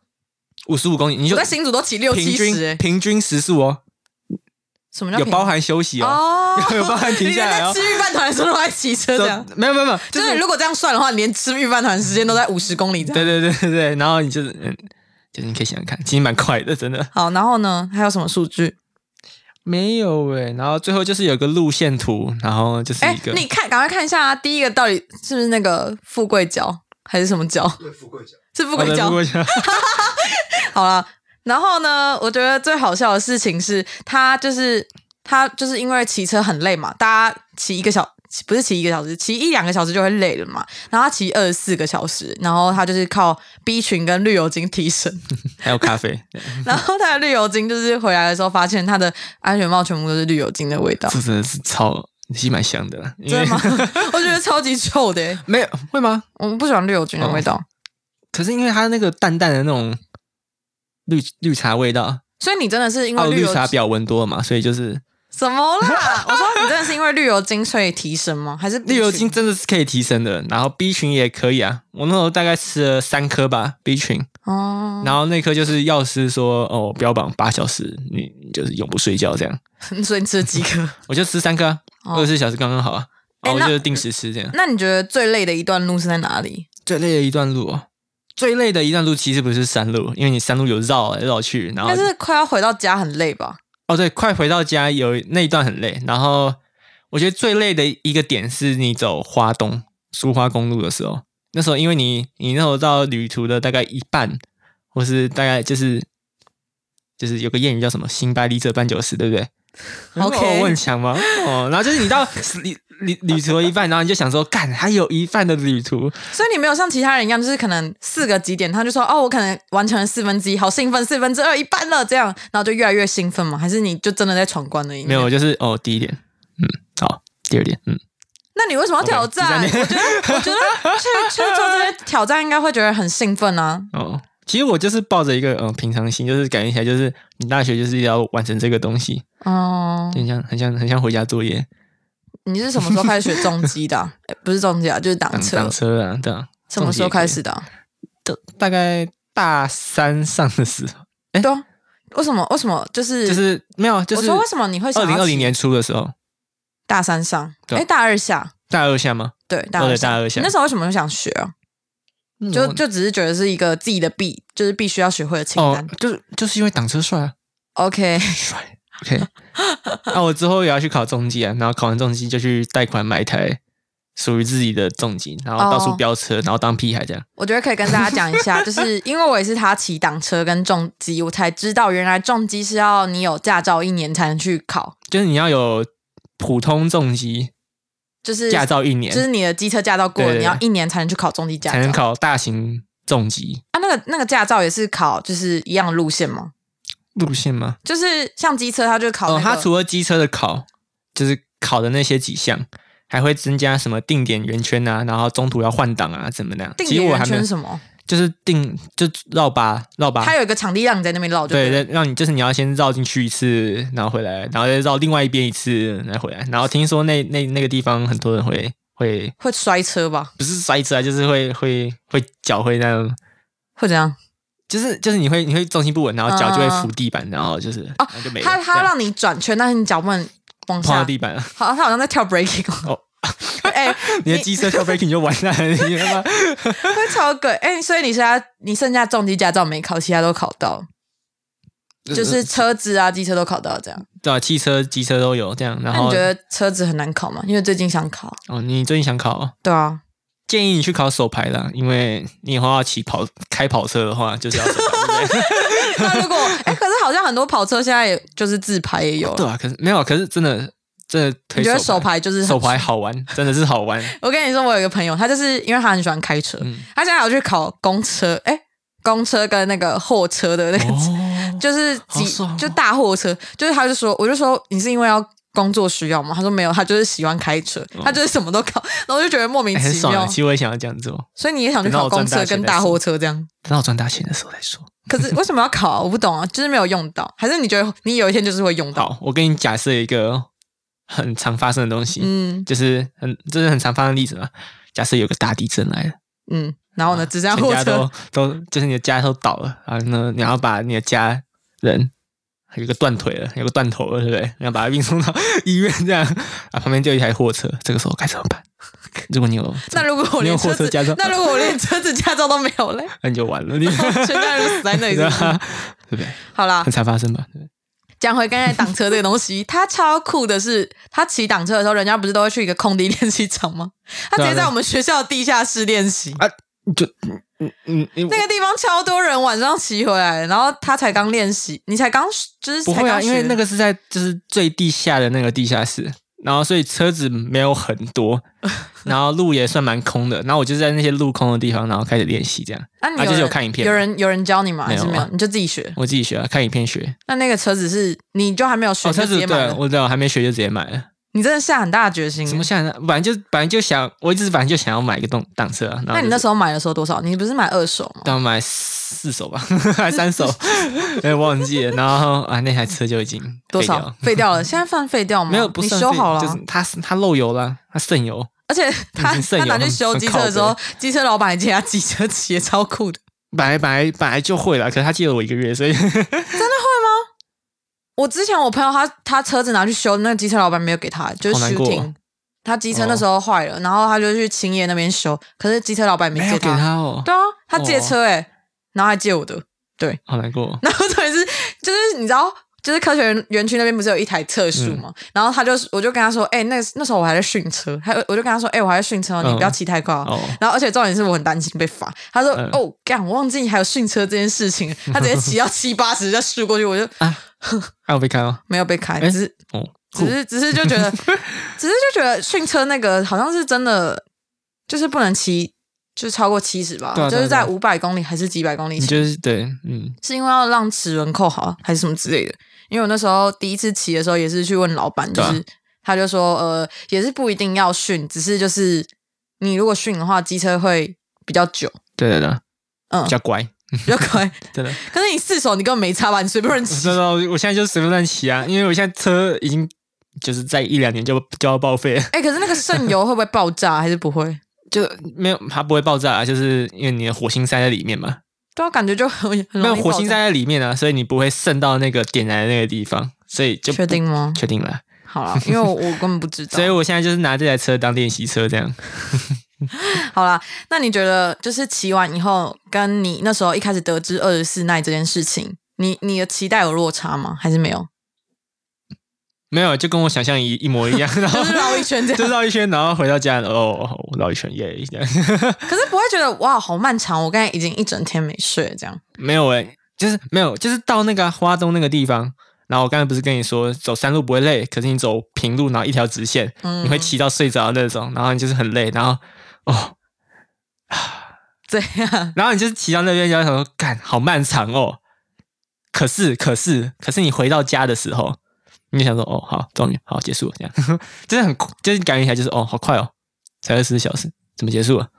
Speaker 3: 五十五公里你
Speaker 2: 我
Speaker 3: 就
Speaker 2: 在新竹都骑六
Speaker 3: 平
Speaker 2: 七十
Speaker 3: 均
Speaker 2: 哎，
Speaker 3: 平均时速哦，
Speaker 2: 什么叫
Speaker 3: 有
Speaker 2: 平
Speaker 3: 包含休息哦，
Speaker 2: 哦
Speaker 3: *laughs* 有包含停
Speaker 2: 你
Speaker 3: 下
Speaker 2: 连 *laughs*
Speaker 3: 来
Speaker 2: 在
Speaker 3: 哦
Speaker 2: 吃。预饭团的时候都在骑车这样。
Speaker 3: 走没有没有没有， *laughs* 就
Speaker 2: 就是
Speaker 3: 是
Speaker 2: 如果这样算的话，你连吃预饭团时间都在五十公里这样。
Speaker 3: 对对对对对，然后你就是嗯，就是你可以想想看，其实蛮快的，真的
Speaker 2: 好，然后呢，还有什么数据？
Speaker 3: 没有诶。然后最后就是有个路线图，然后就是
Speaker 2: 哎
Speaker 3: 一个，
Speaker 2: 你看，赶快看一下、啊，第一个到底是不是那个富贵角还是什么角？
Speaker 4: 对富贵角，
Speaker 2: 是富
Speaker 3: 我
Speaker 2: 贵
Speaker 3: 的
Speaker 2: 角
Speaker 3: 哦富。贵角
Speaker 2: 好了，然后呢，我觉得最好笑的事情是他就是他就是因为骑车很累嘛，大家骑一个小。不是骑一个小时，骑一两个小时就会累了嘛。然后他骑二十四个小时，然后他就是靠 B 群跟绿油精提
Speaker 3: *laughs*
Speaker 2: 神，
Speaker 3: 还有咖啡，
Speaker 2: 然后他的绿油精就是回来的时候，发现他的安全帽全部都是绿油精的味道，
Speaker 3: 这真的是超其实蛮香的啦，因
Speaker 2: 真
Speaker 3: 为
Speaker 2: 的吗？我觉得超级臭的耶，
Speaker 3: *laughs* 没有会吗？
Speaker 2: 我不喜欢绿油精的味道，
Speaker 3: 哦可是因为它那个淡淡的那种绿绿茶味道，
Speaker 2: 所以你真的是因
Speaker 3: 还
Speaker 2: 为
Speaker 3: 有
Speaker 2: 绿
Speaker 3: 哦绿
Speaker 2: 油
Speaker 3: 茶比较温多嘛，所以就是
Speaker 2: 什么啦？我说你真的是因为绿油精所以提升吗？还是 B
Speaker 3: 绿油精
Speaker 2: 群？
Speaker 3: 真的是可以提神的。然后 B 群也可以啊，我那时候大概吃了三颗吧 B 群，
Speaker 2: 哦，
Speaker 3: 然后那颗就是药师说哦标榜八小时你你就是永不睡觉这样， *laughs*
Speaker 2: 所以你吃了几颗？
Speaker 3: 我就吃三颗啊，
Speaker 2: 哦
Speaker 3: 二十四小时刚刚好啊。
Speaker 2: 哎
Speaker 3: 然后我
Speaker 2: 那
Speaker 3: 就定时吃这样。
Speaker 2: *laughs* 那你觉得最累的一段路是在哪里？
Speaker 3: 最累的一段路哦，最累的一段路其实不是山路，因为你山路有绕来绕去，然后
Speaker 2: 但是快要回到家很累吧？
Speaker 3: 哦，对，快回到家有那一段很累，然后我觉得最累的一个点是你走花东苏花公路的时候，那时候因为你你那时候到旅途的大概一半，或是大概就是就是有个谚语叫什么“新白离者半九十”，对不对
Speaker 2: OK
Speaker 3: 哦我很强吗？哦，然后就是你到旅旅旅途的一半，然后你就想说，干还有一半的旅途，
Speaker 2: 所以你没有像其他人一样，就是可能四个几点，他就说哦，我可能完成了四分之一，好兴奋，四分之二一半了，这样，然后就越来越兴奋嘛？还是你就真的在闯关而已？
Speaker 3: 没有，就是哦，第一点，嗯，好，第二点，嗯，
Speaker 2: 那你为什么要挑战
Speaker 3: OK，第
Speaker 2: 我觉得，我觉得去去做这些挑战，应该会觉得很兴奋啊。
Speaker 3: 哦，其实我就是抱着一个嗯平常心，就是感觉起来就是你大学就是要完成这个东西，
Speaker 2: 哦、
Speaker 3: 就很像很像很像回家作业，
Speaker 2: 你是什么时候开始学重机
Speaker 3: *laughs*
Speaker 2: 的啊、诶不是重机啊，就是挡
Speaker 3: 挡
Speaker 2: 车
Speaker 3: 挡。车啊，对啊。
Speaker 2: 什么时候开始
Speaker 3: 的？
Speaker 2: 的啊、
Speaker 3: 大概大三上的时候，
Speaker 2: 对啊，为什么？为什么？就是
Speaker 3: 就是没有，就是
Speaker 2: 我说为什么你会想
Speaker 3: 二
Speaker 2: 要
Speaker 3: 零二
Speaker 2: 骑
Speaker 3: 零年初的时候，
Speaker 2: 大三上，
Speaker 3: 对
Speaker 2: 哎、大二下，
Speaker 3: 大二下吗？
Speaker 2: 对，大二下。
Speaker 3: 大二下嗯
Speaker 2: 你那时候为什么会想学啊？就就只是觉得是一个自己的必，就是必须要学会的清
Speaker 3: 哦
Speaker 2: 单。，
Speaker 3: 就是就是因为挡车帅啊，
Speaker 2: OK，
Speaker 3: 帅，OK。
Speaker 2: *laughs*
Speaker 3: 那我之后也要去考重机啊，然后考完重机就去贷款买一台属于自己的重机，然后到处
Speaker 2: 哦
Speaker 3: 飙车，然后当屁孩这样。
Speaker 2: 我觉得可以跟大家讲一
Speaker 3: *laughs*
Speaker 2: 下，就是因为我也是他骑挡车跟重机，我才知道原来重机是要你有驾照一年才能去考，
Speaker 3: 就是你要有普通重机
Speaker 2: 就是
Speaker 3: 驾，照一年，
Speaker 2: 就是你的机车驾照过了，
Speaker 3: 对对对
Speaker 2: 你要一年才能去考重机驾照。
Speaker 3: 才能考大型重机
Speaker 2: 啊，那个那个驾照也是考就是一样的路线吗？
Speaker 3: 路线吗？
Speaker 2: 就是像机车，它就考、那
Speaker 3: 哦，
Speaker 2: 个
Speaker 3: 它除了机车的考，就是考的那些几项，还会增加什么定点圆圈啊，然后中途要换挡啊，怎么的？
Speaker 2: 定
Speaker 3: 其实
Speaker 2: 点
Speaker 3: 我
Speaker 2: 圆
Speaker 3: 还没
Speaker 2: 圈
Speaker 3: 有
Speaker 2: 是，什么？
Speaker 3: 就是定就绕吧绕吧
Speaker 2: 它。有一个场地让你在那边绕，
Speaker 3: 对
Speaker 2: 对
Speaker 3: 对
Speaker 2: 了，，
Speaker 3: 让你就是你要先绕进去一次，然后回来，然后再绕另外一边一次，再回来。然后听说那那那个地方很多人会会
Speaker 2: 会摔车吧？
Speaker 3: 不是摔车啊，就是会会会脚会那样
Speaker 2: 会怎样？
Speaker 3: 就是就是你会你会重心不稳，然后脚就会
Speaker 2: 嗯
Speaker 3: 扶地板，然后就是
Speaker 2: 哦
Speaker 3: 然后就没了
Speaker 2: 它
Speaker 3: 这
Speaker 2: 它
Speaker 3: 样
Speaker 2: 让你转圈，但是你脚不能往
Speaker 3: 碰到
Speaker 2: 下。
Speaker 3: 地板了，
Speaker 2: 好，它好像在跳 breaking 哦
Speaker 3: 哦。
Speaker 2: *laughs* 哎、
Speaker 3: *laughs* 你的机车跳 breaking 就完蛋了，你知
Speaker 2: *laughs*
Speaker 3: 道吗？
Speaker 2: 会超鬼哎、所以你现在你剩下重机驾照没考，其他都考到，
Speaker 3: 呃
Speaker 2: 就是车子啊、机车都考到这样。
Speaker 3: 对啊，汽车、机车都有这样。然
Speaker 2: 那
Speaker 3: 后
Speaker 2: 你觉得车子很难考吗？因为最近想考。
Speaker 3: 哦，你最近想考？
Speaker 2: 对
Speaker 3: *laughs*
Speaker 2: 啊，
Speaker 3: 建议你去考手牌啦，因为你以后要骑跑开跑车的话，就是要手牌。对不对 *laughs*
Speaker 2: 那如果哎、可是好好像很多跑车现在也就是自排也有
Speaker 3: 对
Speaker 2: 了。
Speaker 3: 啊，可是没有，可是真的真的推
Speaker 2: 你觉得
Speaker 3: 手
Speaker 2: 手牌就是很
Speaker 3: 手牌好玩，真的是好
Speaker 2: *laughs*
Speaker 3: 玩。
Speaker 2: 我跟你说，我有一个朋友，他就是因为他很喜欢开车，
Speaker 3: 嗯
Speaker 2: 他现在有去考公车，哎、公车跟那个货车的那个，
Speaker 3: 哦，
Speaker 2: 就是
Speaker 3: 好
Speaker 2: 几
Speaker 3: 爽哦
Speaker 2: 就大货车，就是他就说，我就说你是因为要工作需要吗？他说没有，他就是喜欢开车，他就是什么都考，然后我就觉得莫名
Speaker 3: 哦哎很
Speaker 2: 其
Speaker 3: 爽
Speaker 2: 妙。
Speaker 3: 啊！其实我也想要这样做，
Speaker 2: 所以你也想去考公车跟大货
Speaker 3: *laughs*
Speaker 2: 车这样？
Speaker 3: 等到我赚大钱的时候再说。
Speaker 2: 可是为什么要考啊、我不懂啊，就是没有用到，还是你觉得你有一天就是会用到？
Speaker 3: 好，我给你假设一个很常发生的东西，
Speaker 2: 嗯
Speaker 3: 就是很这是很常发生的例子嘛。假设有个大地震来了，
Speaker 2: 嗯，然后呢，只剩下
Speaker 3: *laughs* 全
Speaker 2: 货
Speaker 3: 家
Speaker 2: 车
Speaker 3: 都都就是你的家都倒了，然后呢，你要把你的家人有一个断腿了，有个断头了，对不对？你要把他运送到医院这样啊，旁边就有一台货车，这个时候该怎么办？如果你有，
Speaker 2: *laughs* 那如果我连
Speaker 3: 你有
Speaker 2: 车
Speaker 3: 货车
Speaker 2: 子
Speaker 3: 驾照，
Speaker 2: 那如果我连车子驾照都没有嘞，哦
Speaker 3: 那你就完了，你
Speaker 2: 全家人都死在那里是
Speaker 3: 对
Speaker 2: 不是
Speaker 3: *laughs* 啊，对不对？
Speaker 2: 好啦
Speaker 3: 很，常发生吧？对不对
Speaker 2: 讲回刚才挡车这个东西，它超酷的是，它骑挡车的时候，人家不是都会去一个空地练习场吗？他直接在我们学校的地下室练
Speaker 3: *laughs*
Speaker 2: 习，
Speaker 3: 就嗯嗯嗯，你
Speaker 2: 那个地方超多人晚上骑回来，然后他才刚练习，你才刚就是
Speaker 3: 不
Speaker 2: 才
Speaker 3: 会啊，
Speaker 2: 刚学
Speaker 3: 因为那个是在就是最地下的那个地下室，然后所以车子没有很
Speaker 2: *laughs*
Speaker 3: 多，然后路也算蛮空的，然后我就在那些路空的地方，然后开始练习这样。
Speaker 2: 啊，你
Speaker 3: 啊
Speaker 2: 人
Speaker 3: 就是有看影片嘛
Speaker 2: 有人有人教你吗？还
Speaker 3: 没有
Speaker 2: 是
Speaker 3: 啊
Speaker 2: 没有？你就自己学。
Speaker 3: 我自己学啊，看影片学。
Speaker 2: 那那个车子是你就还没有学，
Speaker 3: 哦，车
Speaker 2: 就直
Speaker 3: 子
Speaker 2: 接买
Speaker 3: 对
Speaker 2: 了嗯
Speaker 3: 我知道，还没学就直接买了。
Speaker 2: 你真的下很大的决心。
Speaker 3: 什么想法？本来就本来就想，我一直反正就想要买一个动档车啊。然后
Speaker 2: 那你那时
Speaker 3: 候
Speaker 2: 候买的时候多少？你不是买二手吗？
Speaker 3: 要买四手吧， *laughs* 还三
Speaker 2: *laughs*
Speaker 3: 手？哎，忘记了。然后啊，那台车就已经
Speaker 2: 多
Speaker 3: 废掉 *laughs*
Speaker 2: 少
Speaker 3: 了？
Speaker 2: 废掉了？现在算废掉吗？
Speaker 3: 没有，不
Speaker 2: 你
Speaker 3: 算
Speaker 2: 修
Speaker 3: 废
Speaker 2: 好了啊，
Speaker 3: 就是它它漏油了，它渗油。
Speaker 2: 而且他
Speaker 3: 很慎
Speaker 2: 他
Speaker 3: 有
Speaker 2: 拿去
Speaker 3: 很
Speaker 2: 修
Speaker 3: 很
Speaker 2: 机车的时候
Speaker 3: 靠，
Speaker 2: 机车老板也借他机车骑，也超酷的。
Speaker 3: 本来本来本来就会了，可是他借了我一个月，所以
Speaker 2: 我之前我朋友他他车子拿去修，那个机车老板没有给他，就是
Speaker 3: 好难
Speaker 2: 休
Speaker 3: 过哦
Speaker 2: 停。他机车那时候坏了，然后他就去青叶那边修，可是机车老板也
Speaker 3: *laughs* 没
Speaker 2: 借
Speaker 3: 有给他哦，
Speaker 2: 对啊，他借车哎、然后还借我的。
Speaker 3: 好难过。
Speaker 2: 然后重点是，就是你知道，就是科学园园区那边不是有一台测速
Speaker 3: 嗯
Speaker 2: 嘛？然后他就我就跟他说，哎、那那时候我还在训车，还有我就跟他说，哎、我还在训车哦，你
Speaker 3: 嗯
Speaker 2: 不要骑太快哦。
Speaker 3: 哦，
Speaker 2: 然后，而且重点是我很担心被罚。他说：“
Speaker 3: 嗯
Speaker 2: 哦，干，我忘记你还有训车这件事情。”他直接骑到七八十再试过去，我就
Speaker 3: 还有被开哦，
Speaker 2: 没有被开，
Speaker 3: 哎
Speaker 2: 只是
Speaker 3: 哦，
Speaker 2: 只是只是就觉
Speaker 3: *laughs*
Speaker 2: 得，只是就觉得训车那个好像是真的，就是不能骑，就是超过七十吧，
Speaker 3: 对啊
Speaker 2: 就
Speaker 3: 对啊
Speaker 2: 是在
Speaker 3: 对
Speaker 2: 五百公里还是几百公里
Speaker 3: 你
Speaker 2: 前，
Speaker 3: 就是对，嗯，
Speaker 2: 是因为要让齿轮扣好还是什么之类的。因为我那时候第一次骑的时候也是去问老板，就
Speaker 3: 对啊
Speaker 2: 是他就说，呃，也是不一定要训，只是就是你如果训的话，机车会比较久。
Speaker 3: 对对对，
Speaker 2: 嗯
Speaker 3: 比较乖，
Speaker 2: 比较可爱。
Speaker 3: 真 *laughs* 的。
Speaker 2: 可是你四手你根本没差吧？你随便乱骑
Speaker 3: *laughs* 真，的，我现在就随便乱骑啊，因为我现在车已经就是在一两年就就要报废了，
Speaker 2: 哎、可是那个渗油会不会爆炸？还是不会？
Speaker 3: 就没有它不会爆炸啊，就是因为你的火星塞在里面嘛，
Speaker 2: 对啊，感觉就很很
Speaker 3: 没
Speaker 2: 容
Speaker 3: 有
Speaker 2: 易
Speaker 3: 火星
Speaker 2: 爆炸
Speaker 3: 塞在里面啊，所以你不会渗到那个点燃的那个地方，所以就不
Speaker 2: 确定吗？
Speaker 3: 确定了。
Speaker 2: 好
Speaker 3: *laughs*
Speaker 2: 了，因为我我根本不知道
Speaker 3: 所以。我现在就是拿这台车当练习车这样。
Speaker 2: 好啦，那你觉得就是骑完以后，跟你那时候一开始得知二十四耐这件事情，你你的期待有落差吗？还是没有？
Speaker 3: 没有，就跟我想象一一模一 *laughs* 样，然后
Speaker 2: 就是绕一圈这样
Speaker 3: 就绕一圈，然后回到家，哦，我绕一圈耶，这
Speaker 2: *laughs*
Speaker 3: 样 *laughs*
Speaker 2: 可是不会觉得哇，好漫长，我刚才已经一整天没睡了这样。
Speaker 3: 没有哎、就是没有，就是到那个啊花东那个地方，然后我刚才不是跟你说走山路不会累，可是你走平路，然后一条直线，
Speaker 2: 嗯
Speaker 3: 你会骑到睡着的那种，然后你就是很累，然后哦，
Speaker 2: *laughs* 这样，
Speaker 3: 然后你就是骑到那边，然后想说干好漫长哦，可是可是可是你回到家的时候，你就想说哦好，终于好结束了，这样 *laughs* 就是很就是感觉起来就是哦好快哦，才二十四小时，怎么结束了？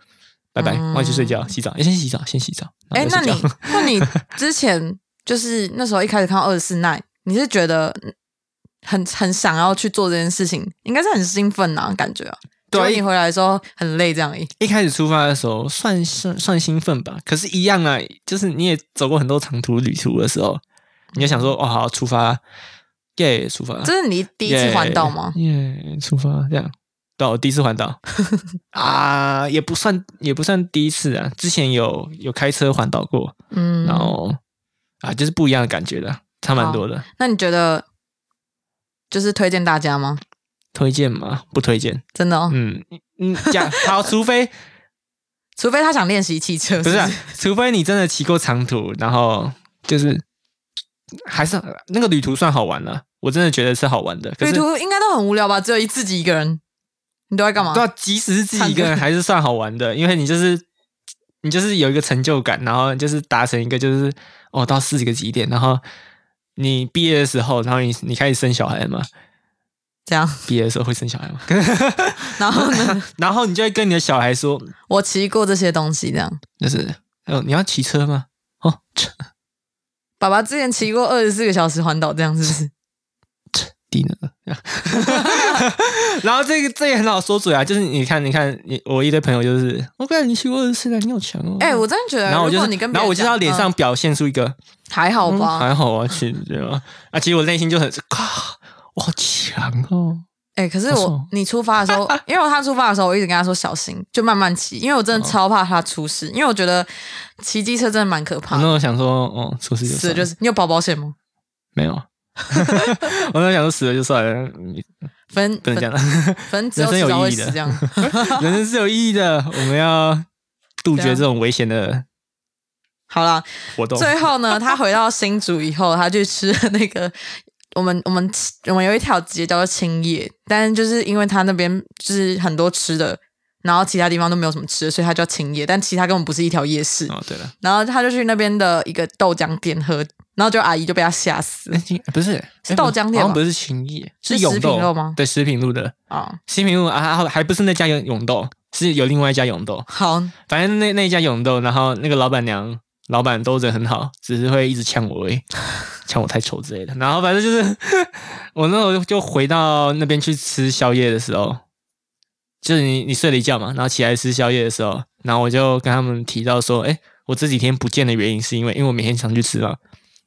Speaker 3: 拜拜，
Speaker 2: 嗯
Speaker 3: 我要去睡觉，洗澡，先洗澡，先洗澡。
Speaker 2: 哎、
Speaker 3: 然
Speaker 2: 那
Speaker 3: 后再
Speaker 2: 你
Speaker 3: 睡觉
Speaker 2: 那你之前就是那时候一开始看到二十四耐，你是觉得很很想要去做这件事情，应该是很兴奋呐、感觉啊。
Speaker 3: *laughs* 对啊
Speaker 2: 结果
Speaker 3: 一
Speaker 2: 你回来的时候很累，这样而已。
Speaker 3: 一开始出发的时候算算算兴奋吧，可是，一样啊，就是你也走过很多长途旅途的时候，你就
Speaker 2: 嗯
Speaker 3: 想说哦好出发，耶、出发，
Speaker 2: 这是你第一次环岛吗？
Speaker 3: 耶、出发这样。对啊，我第一次
Speaker 2: *laughs*
Speaker 3: 环岛啊，也不算也不算第一次啊，之前有有开车环岛过，
Speaker 2: 嗯，
Speaker 3: 然后啊，就是不一样的感觉的，差蛮多的。
Speaker 2: 那你觉得就是推荐大家吗？
Speaker 3: 推荐吗？不推荐。
Speaker 2: 真的哦，
Speaker 3: 嗯嗯，讲好，除非
Speaker 2: 除非他想练习骑车，
Speaker 3: 不是、
Speaker 2: 是
Speaker 3: 啊
Speaker 2: 不是，
Speaker 3: 除非你真的骑过长途，然后就是还是那个旅途算好玩了，我真的觉得是好玩的。可
Speaker 2: 旅
Speaker 3: 是
Speaker 2: 途应该都很无聊吧？只有一自己一个人，你都在干嘛？
Speaker 3: 对啊，即使是自己一个人，
Speaker 2: 唱
Speaker 3: 还是算好玩的，因为你就是你就是有一个成就感，然后就是达成一个就是哦到四个几点，然后你毕业的时候，然后你你开始生小孩嘛，
Speaker 2: 这样，
Speaker 3: 毕业的时候会生小孩吗？
Speaker 2: 然后呢， *laughs*
Speaker 3: 然后你就会跟你的小孩说，
Speaker 2: 我骑过这些东西，这样。
Speaker 3: 就是哦你要骑车吗？哦，车
Speaker 2: 爸爸之前骑过二十四个小时环岛，这样是不是？
Speaker 3: 低能。 *laughs* 然后这个这也很好说嘴啊，就是你看，你看，你我一堆朋友就是，我感觉你骑过二十次了，你好强哦。
Speaker 2: 哎、我真的觉得，
Speaker 3: 然后我
Speaker 2: 如
Speaker 3: 就
Speaker 2: 果
Speaker 3: 是
Speaker 2: 你跟别人
Speaker 3: 然后我就
Speaker 2: 讲
Speaker 3: 要脸上
Speaker 2: 嗯
Speaker 3: 表现出一个，
Speaker 2: 还好
Speaker 3: 嗯
Speaker 2: 吧？
Speaker 3: 还好啊，其实对吧？啊，其实我内心就很，靠，我好强哦。
Speaker 2: 哎、可是
Speaker 3: 不
Speaker 2: 我
Speaker 3: 错
Speaker 2: 你出发的时候，
Speaker 3: *laughs*
Speaker 2: 因为他出发的时候，我一直跟他说小心，就慢慢骑，因为我真的
Speaker 3: 哦
Speaker 2: 超怕他出事，因为我觉得骑机车真的蛮可怕
Speaker 3: 我那时
Speaker 2: 的。
Speaker 3: 候想说，哦，出事就
Speaker 2: 死
Speaker 3: 算
Speaker 2: 了
Speaker 3: 了
Speaker 2: 就是你有保保险吗？
Speaker 3: 没有。 *laughs* 我那时候想说死了就算了，嗯
Speaker 2: 反正
Speaker 3: 不
Speaker 2: 反
Speaker 3: 能这
Speaker 2: 正 *laughs* 反正只
Speaker 3: 样，人生有
Speaker 2: 迟早会
Speaker 3: 意义的
Speaker 2: 死这样。
Speaker 3: 人生是有意义的，我们要杜绝这种危险的
Speaker 2: 好啦，
Speaker 3: 活动。
Speaker 2: 啊最后呢，他回到新竹以后，他去吃了那个我们我们吃我们有一条街叫做青叶，但是就是因为他那边就是很多吃的，然后其他地方都没有什么吃的，所以它叫青叶，但其他根本不是一条夜市。
Speaker 3: 哦，对了，
Speaker 2: 然后他就去那边的一个豆浆店喝，然后就阿姨就被他吓死
Speaker 3: 那青哎不是
Speaker 2: 是豆浆店吧
Speaker 3: 好像不是情谊，
Speaker 2: 是
Speaker 3: 永
Speaker 2: 食品
Speaker 3: 豆
Speaker 2: 肉吗
Speaker 3: 对，食品路的
Speaker 2: 啊、
Speaker 3: 食品路啊，还不是那家永永豆，是有另外一家永豆。
Speaker 2: 好，
Speaker 3: 反正那那一家永豆，然后那个老板娘、老板都人很好，只是会一直呛我而已，呛我太丑之类的。然后反正就是 *laughs* 我那时候就回到那边去吃宵夜的时候，就是你你睡了一觉嘛，然后起来吃宵夜的时候，然后我就跟他们提到说，哎，我这几天不见的原因是因为因为我每天常去吃嘛。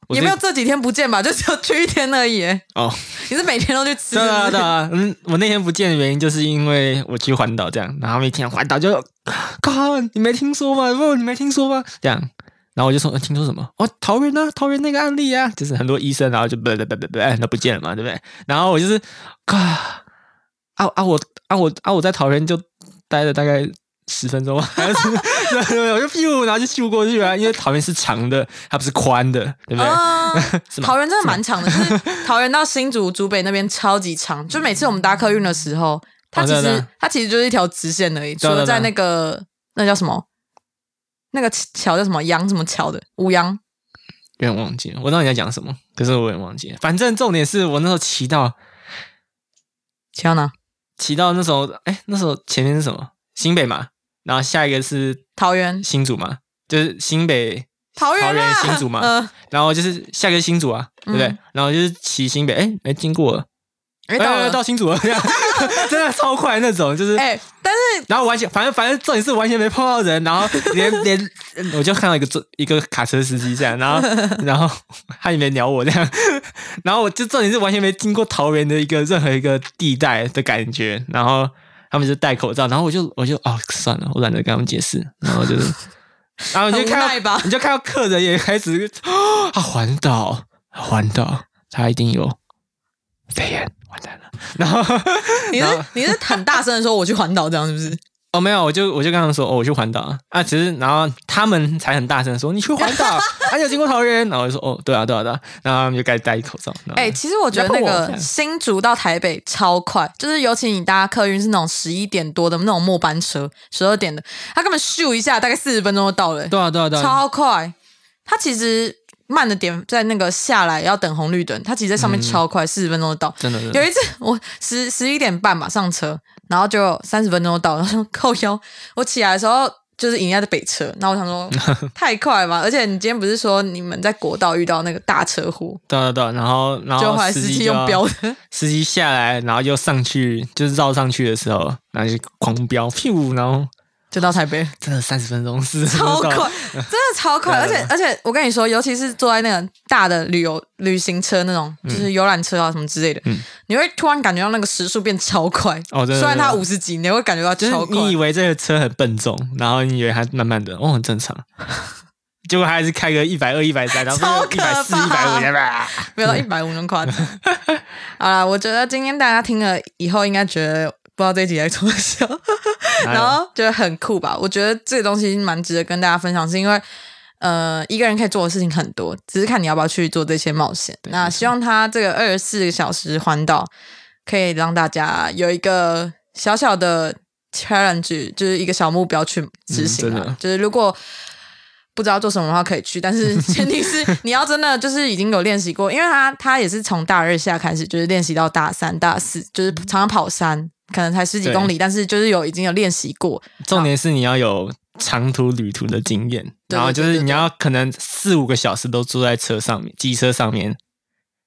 Speaker 3: 我
Speaker 2: 也没
Speaker 3: 这
Speaker 2: 有这几天不见吧，就 *laughs* 只有去一天而已。
Speaker 3: 哦，
Speaker 2: 你是每天都去吃？
Speaker 3: 对啊
Speaker 2: 是不
Speaker 3: 对
Speaker 2: 是
Speaker 3: 啊，嗯，我那天不见的原因就是因为我去环岛这样，然后他们一听到环岛就，啊靠，你没听说吗？不，你没听说吗？这样，然后我就说，呃听说什么？哦，桃园啊，桃园那个案例啊，就是很多医生，然后就呃不不不不不，那不见了嘛，对不对？然后我就是，啊啊啊我啊我啊我在桃园就待了大概。十分钟吧，还是 *laughs* 对对对，我就咻，然后就咻过去啊，因为桃园是长的，它不是宽的，对不对？
Speaker 2: 啊，
Speaker 3: *laughs* 是吗
Speaker 2: 桃园真的蛮长的，就是桃园到新竹、竹北那边超级长。就每次我们搭客运的时候，它
Speaker 3: 哦
Speaker 2: 其
Speaker 3: 对啊对
Speaker 2: 实
Speaker 3: 啊
Speaker 2: 它其实就是一条直线而已，除
Speaker 3: 对啊
Speaker 2: 了在那
Speaker 3: 对啊
Speaker 2: 个那叫什么那个桥叫什么杨什么桥的五羊，
Speaker 3: 有点忘记了，我知道你在讲什么，可是我有点忘记了。反正重点是我那时候骑到
Speaker 2: 骑到哪？
Speaker 3: 骑到那时候，哎、那时候前面是什么？新北嘛，然后下一个是
Speaker 2: 桃园，
Speaker 3: 新竹嘛，就是新北，
Speaker 2: 桃园、啊，
Speaker 3: 桃园新竹嘛
Speaker 2: *laughs* 嗯，
Speaker 3: 然后就是下一个是新竹啊，对不对？
Speaker 2: 嗯
Speaker 3: 然后就是骑新北，哎、哎、经过了，
Speaker 2: 哎、到
Speaker 3: 哎
Speaker 2: 了，
Speaker 3: 到新竹了，这样 *laughs* 真的超快那种，就是。
Speaker 2: 哎、但是
Speaker 3: 然后完全，反正反正重点是完全没碰到人，然后连连我就看到一个坐一个卡车司机这样，然后
Speaker 2: *laughs*
Speaker 3: 然后他也没鸟我这样， *laughs* 然后我就重点是完全没经过桃园的一个任何一个地带的感觉，然后他们就戴口罩，然后我就我就哦算了，我懒得跟他们解释，
Speaker 2: *laughs*
Speaker 3: 然后就是，然后你就
Speaker 2: 很无奈
Speaker 3: 看
Speaker 2: 吧
Speaker 3: 到你就看到客人也开始 *gasps* 啊环岛环岛，他一定有肺炎，完蛋了， *laughs* 然后。
Speaker 2: *laughs* 你是你是很大声的说我去环岛这样是不
Speaker 3: *laughs*
Speaker 2: 是？
Speaker 3: 哦，没有，我就我就跟他们说，哦，我去环岛啊，啊，其实然后他们才很大声地说你去环
Speaker 2: *laughs*
Speaker 3: 岛，而且经过桃园，然后我就说哦，对啊，对啊，对啊，然后他们就开始戴口罩。然后
Speaker 2: 哎、其实我觉得那
Speaker 3: 你要碰我这
Speaker 2: 个
Speaker 3: 样
Speaker 2: 新竹到台北超快，就是尤其你搭客运是那种十一点多的那种末班车，十二点的，它根本咻一下，大概四十分钟就到了、欸
Speaker 3: 对啊，对啊，对啊，
Speaker 2: 超快。它其实慢的点在那个下来要等红绿灯，它其实在上
Speaker 3: 嗯
Speaker 2: 面超快，四十、分钟就到。
Speaker 3: 真的，真
Speaker 2: 有
Speaker 3: 的，
Speaker 2: 一次 *laughs* 我十十一点半吧上车，然后就三十分钟就到了，然后说靠腰。我起来的时候就是已经在北车，然后我想
Speaker 3: *laughs*
Speaker 2: 说太快了吧，而且你今天不是说你们在国道遇到那个大车祸，
Speaker 3: 对啊，对啊，然后然
Speaker 2: 就后来
Speaker 3: 后
Speaker 2: 司
Speaker 3: 司
Speaker 2: 机
Speaker 3: 机
Speaker 2: 用
Speaker 3: 就
Speaker 2: 标
Speaker 3: 要， *laughs*
Speaker 2: 的，
Speaker 3: 司机下来，然后又上去，就是绕上去的时候，然后就狂飙，噗，然后
Speaker 2: 就到台北，
Speaker 3: 真的三十分钟是
Speaker 2: 超
Speaker 3: *laughs*
Speaker 2: 快，真的超快，而
Speaker 3: 对
Speaker 2: 且而且我跟你说，尤其是坐在那个大的旅游旅行车那种，就是游览车啊什么之类的，
Speaker 3: 嗯
Speaker 2: 你会突然感觉到那个时速变超快，
Speaker 3: 哦真的
Speaker 2: 虽然它
Speaker 3: 真
Speaker 2: 五十几，你会感觉到
Speaker 3: 就是
Speaker 2: 超快，
Speaker 3: 你以为这个车很笨重，然后你以为它慢慢的，哦，很正常， *laughs* 结果它还是开个一百二、一百三，然
Speaker 2: 超
Speaker 3: 后
Speaker 2: 可
Speaker 3: 一百四、一
Speaker 2: 怕
Speaker 3: 百五，吧。
Speaker 2: 没有到一百五能夸张。 *laughs* 好啦，我觉得今天大家听了以后，应该觉得不知道这一集在做什么，
Speaker 3: 哪有
Speaker 2: 然后觉得很酷吧？我觉得这个东西蛮值得跟大家分享，是因为呃，一个人可以做的事情很多，只是看你要不要去做这些冒险。
Speaker 3: 对
Speaker 2: 那
Speaker 3: 没错
Speaker 2: 希望他这个二十四小时环岛可以让大家有一个小小的 challenge，就是一个小目标去执行啊。
Speaker 3: 嗯真的
Speaker 2: 就是如果不知道做什么的话，可以去，但是 *laughs* 前提是你要真的就是已经有练习过，因为他他也是从大二下开始，就是练习到大三、大四，就是常常跑山，可能才十几
Speaker 3: 对
Speaker 2: 公里，但是就是有已经有练习过，
Speaker 3: 重点是你要有长途旅途的经验，
Speaker 2: 对
Speaker 3: 然后就
Speaker 2: 对
Speaker 3: 是
Speaker 2: 对
Speaker 3: 你要可能四五个小时都坐在车上面，机车上面，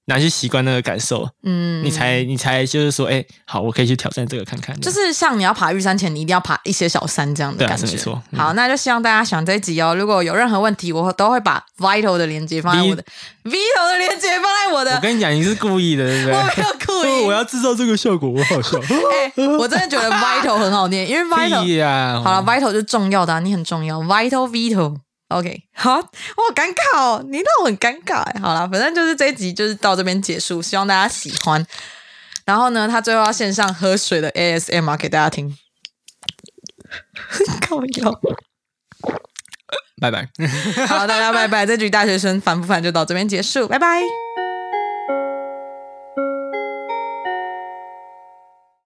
Speaker 3: 然后去习惯那个感受，
Speaker 2: 嗯，
Speaker 3: 你才你才就是说，哎、好，我可以去挑战这个看看。
Speaker 2: 就是像你要爬玉山前，你一定要爬一些小山这样的
Speaker 3: 对啊
Speaker 2: 感觉。
Speaker 3: 是没错嗯
Speaker 2: 好，那就希望大家想这一集哦。如果有任何问题，我都会把 Vital 的连接放在
Speaker 3: V-
Speaker 2: 我的 Vital 的连接放在我
Speaker 3: 我
Speaker 2: 的，
Speaker 3: 跟你讲，你是故意的，对
Speaker 2: *laughs*
Speaker 3: 不
Speaker 2: 我没
Speaker 3: 对？
Speaker 2: 有故意。
Speaker 3: *laughs* 我要制造这个效果，我好笑。
Speaker 2: 哎、 *laughs* 我真的觉得 Vital 很好念，因为 Vital
Speaker 3: *laughs* 屁呀！哦
Speaker 2: 好了，Vital 就是重要的、啊，你很重要，Vital Vital。OK，好，我好尴尬哦，你让我很尴尬哎。好了，反正就是这一集就是到这边结束，希望大家喜欢。然后呢，他最后要线上喝水的 ASMR 给大家听， *laughs* 靠腰。
Speaker 3: 拜拜。
Speaker 2: 好，大家拜拜。这局大学生烦不烦就到这边结束，拜拜。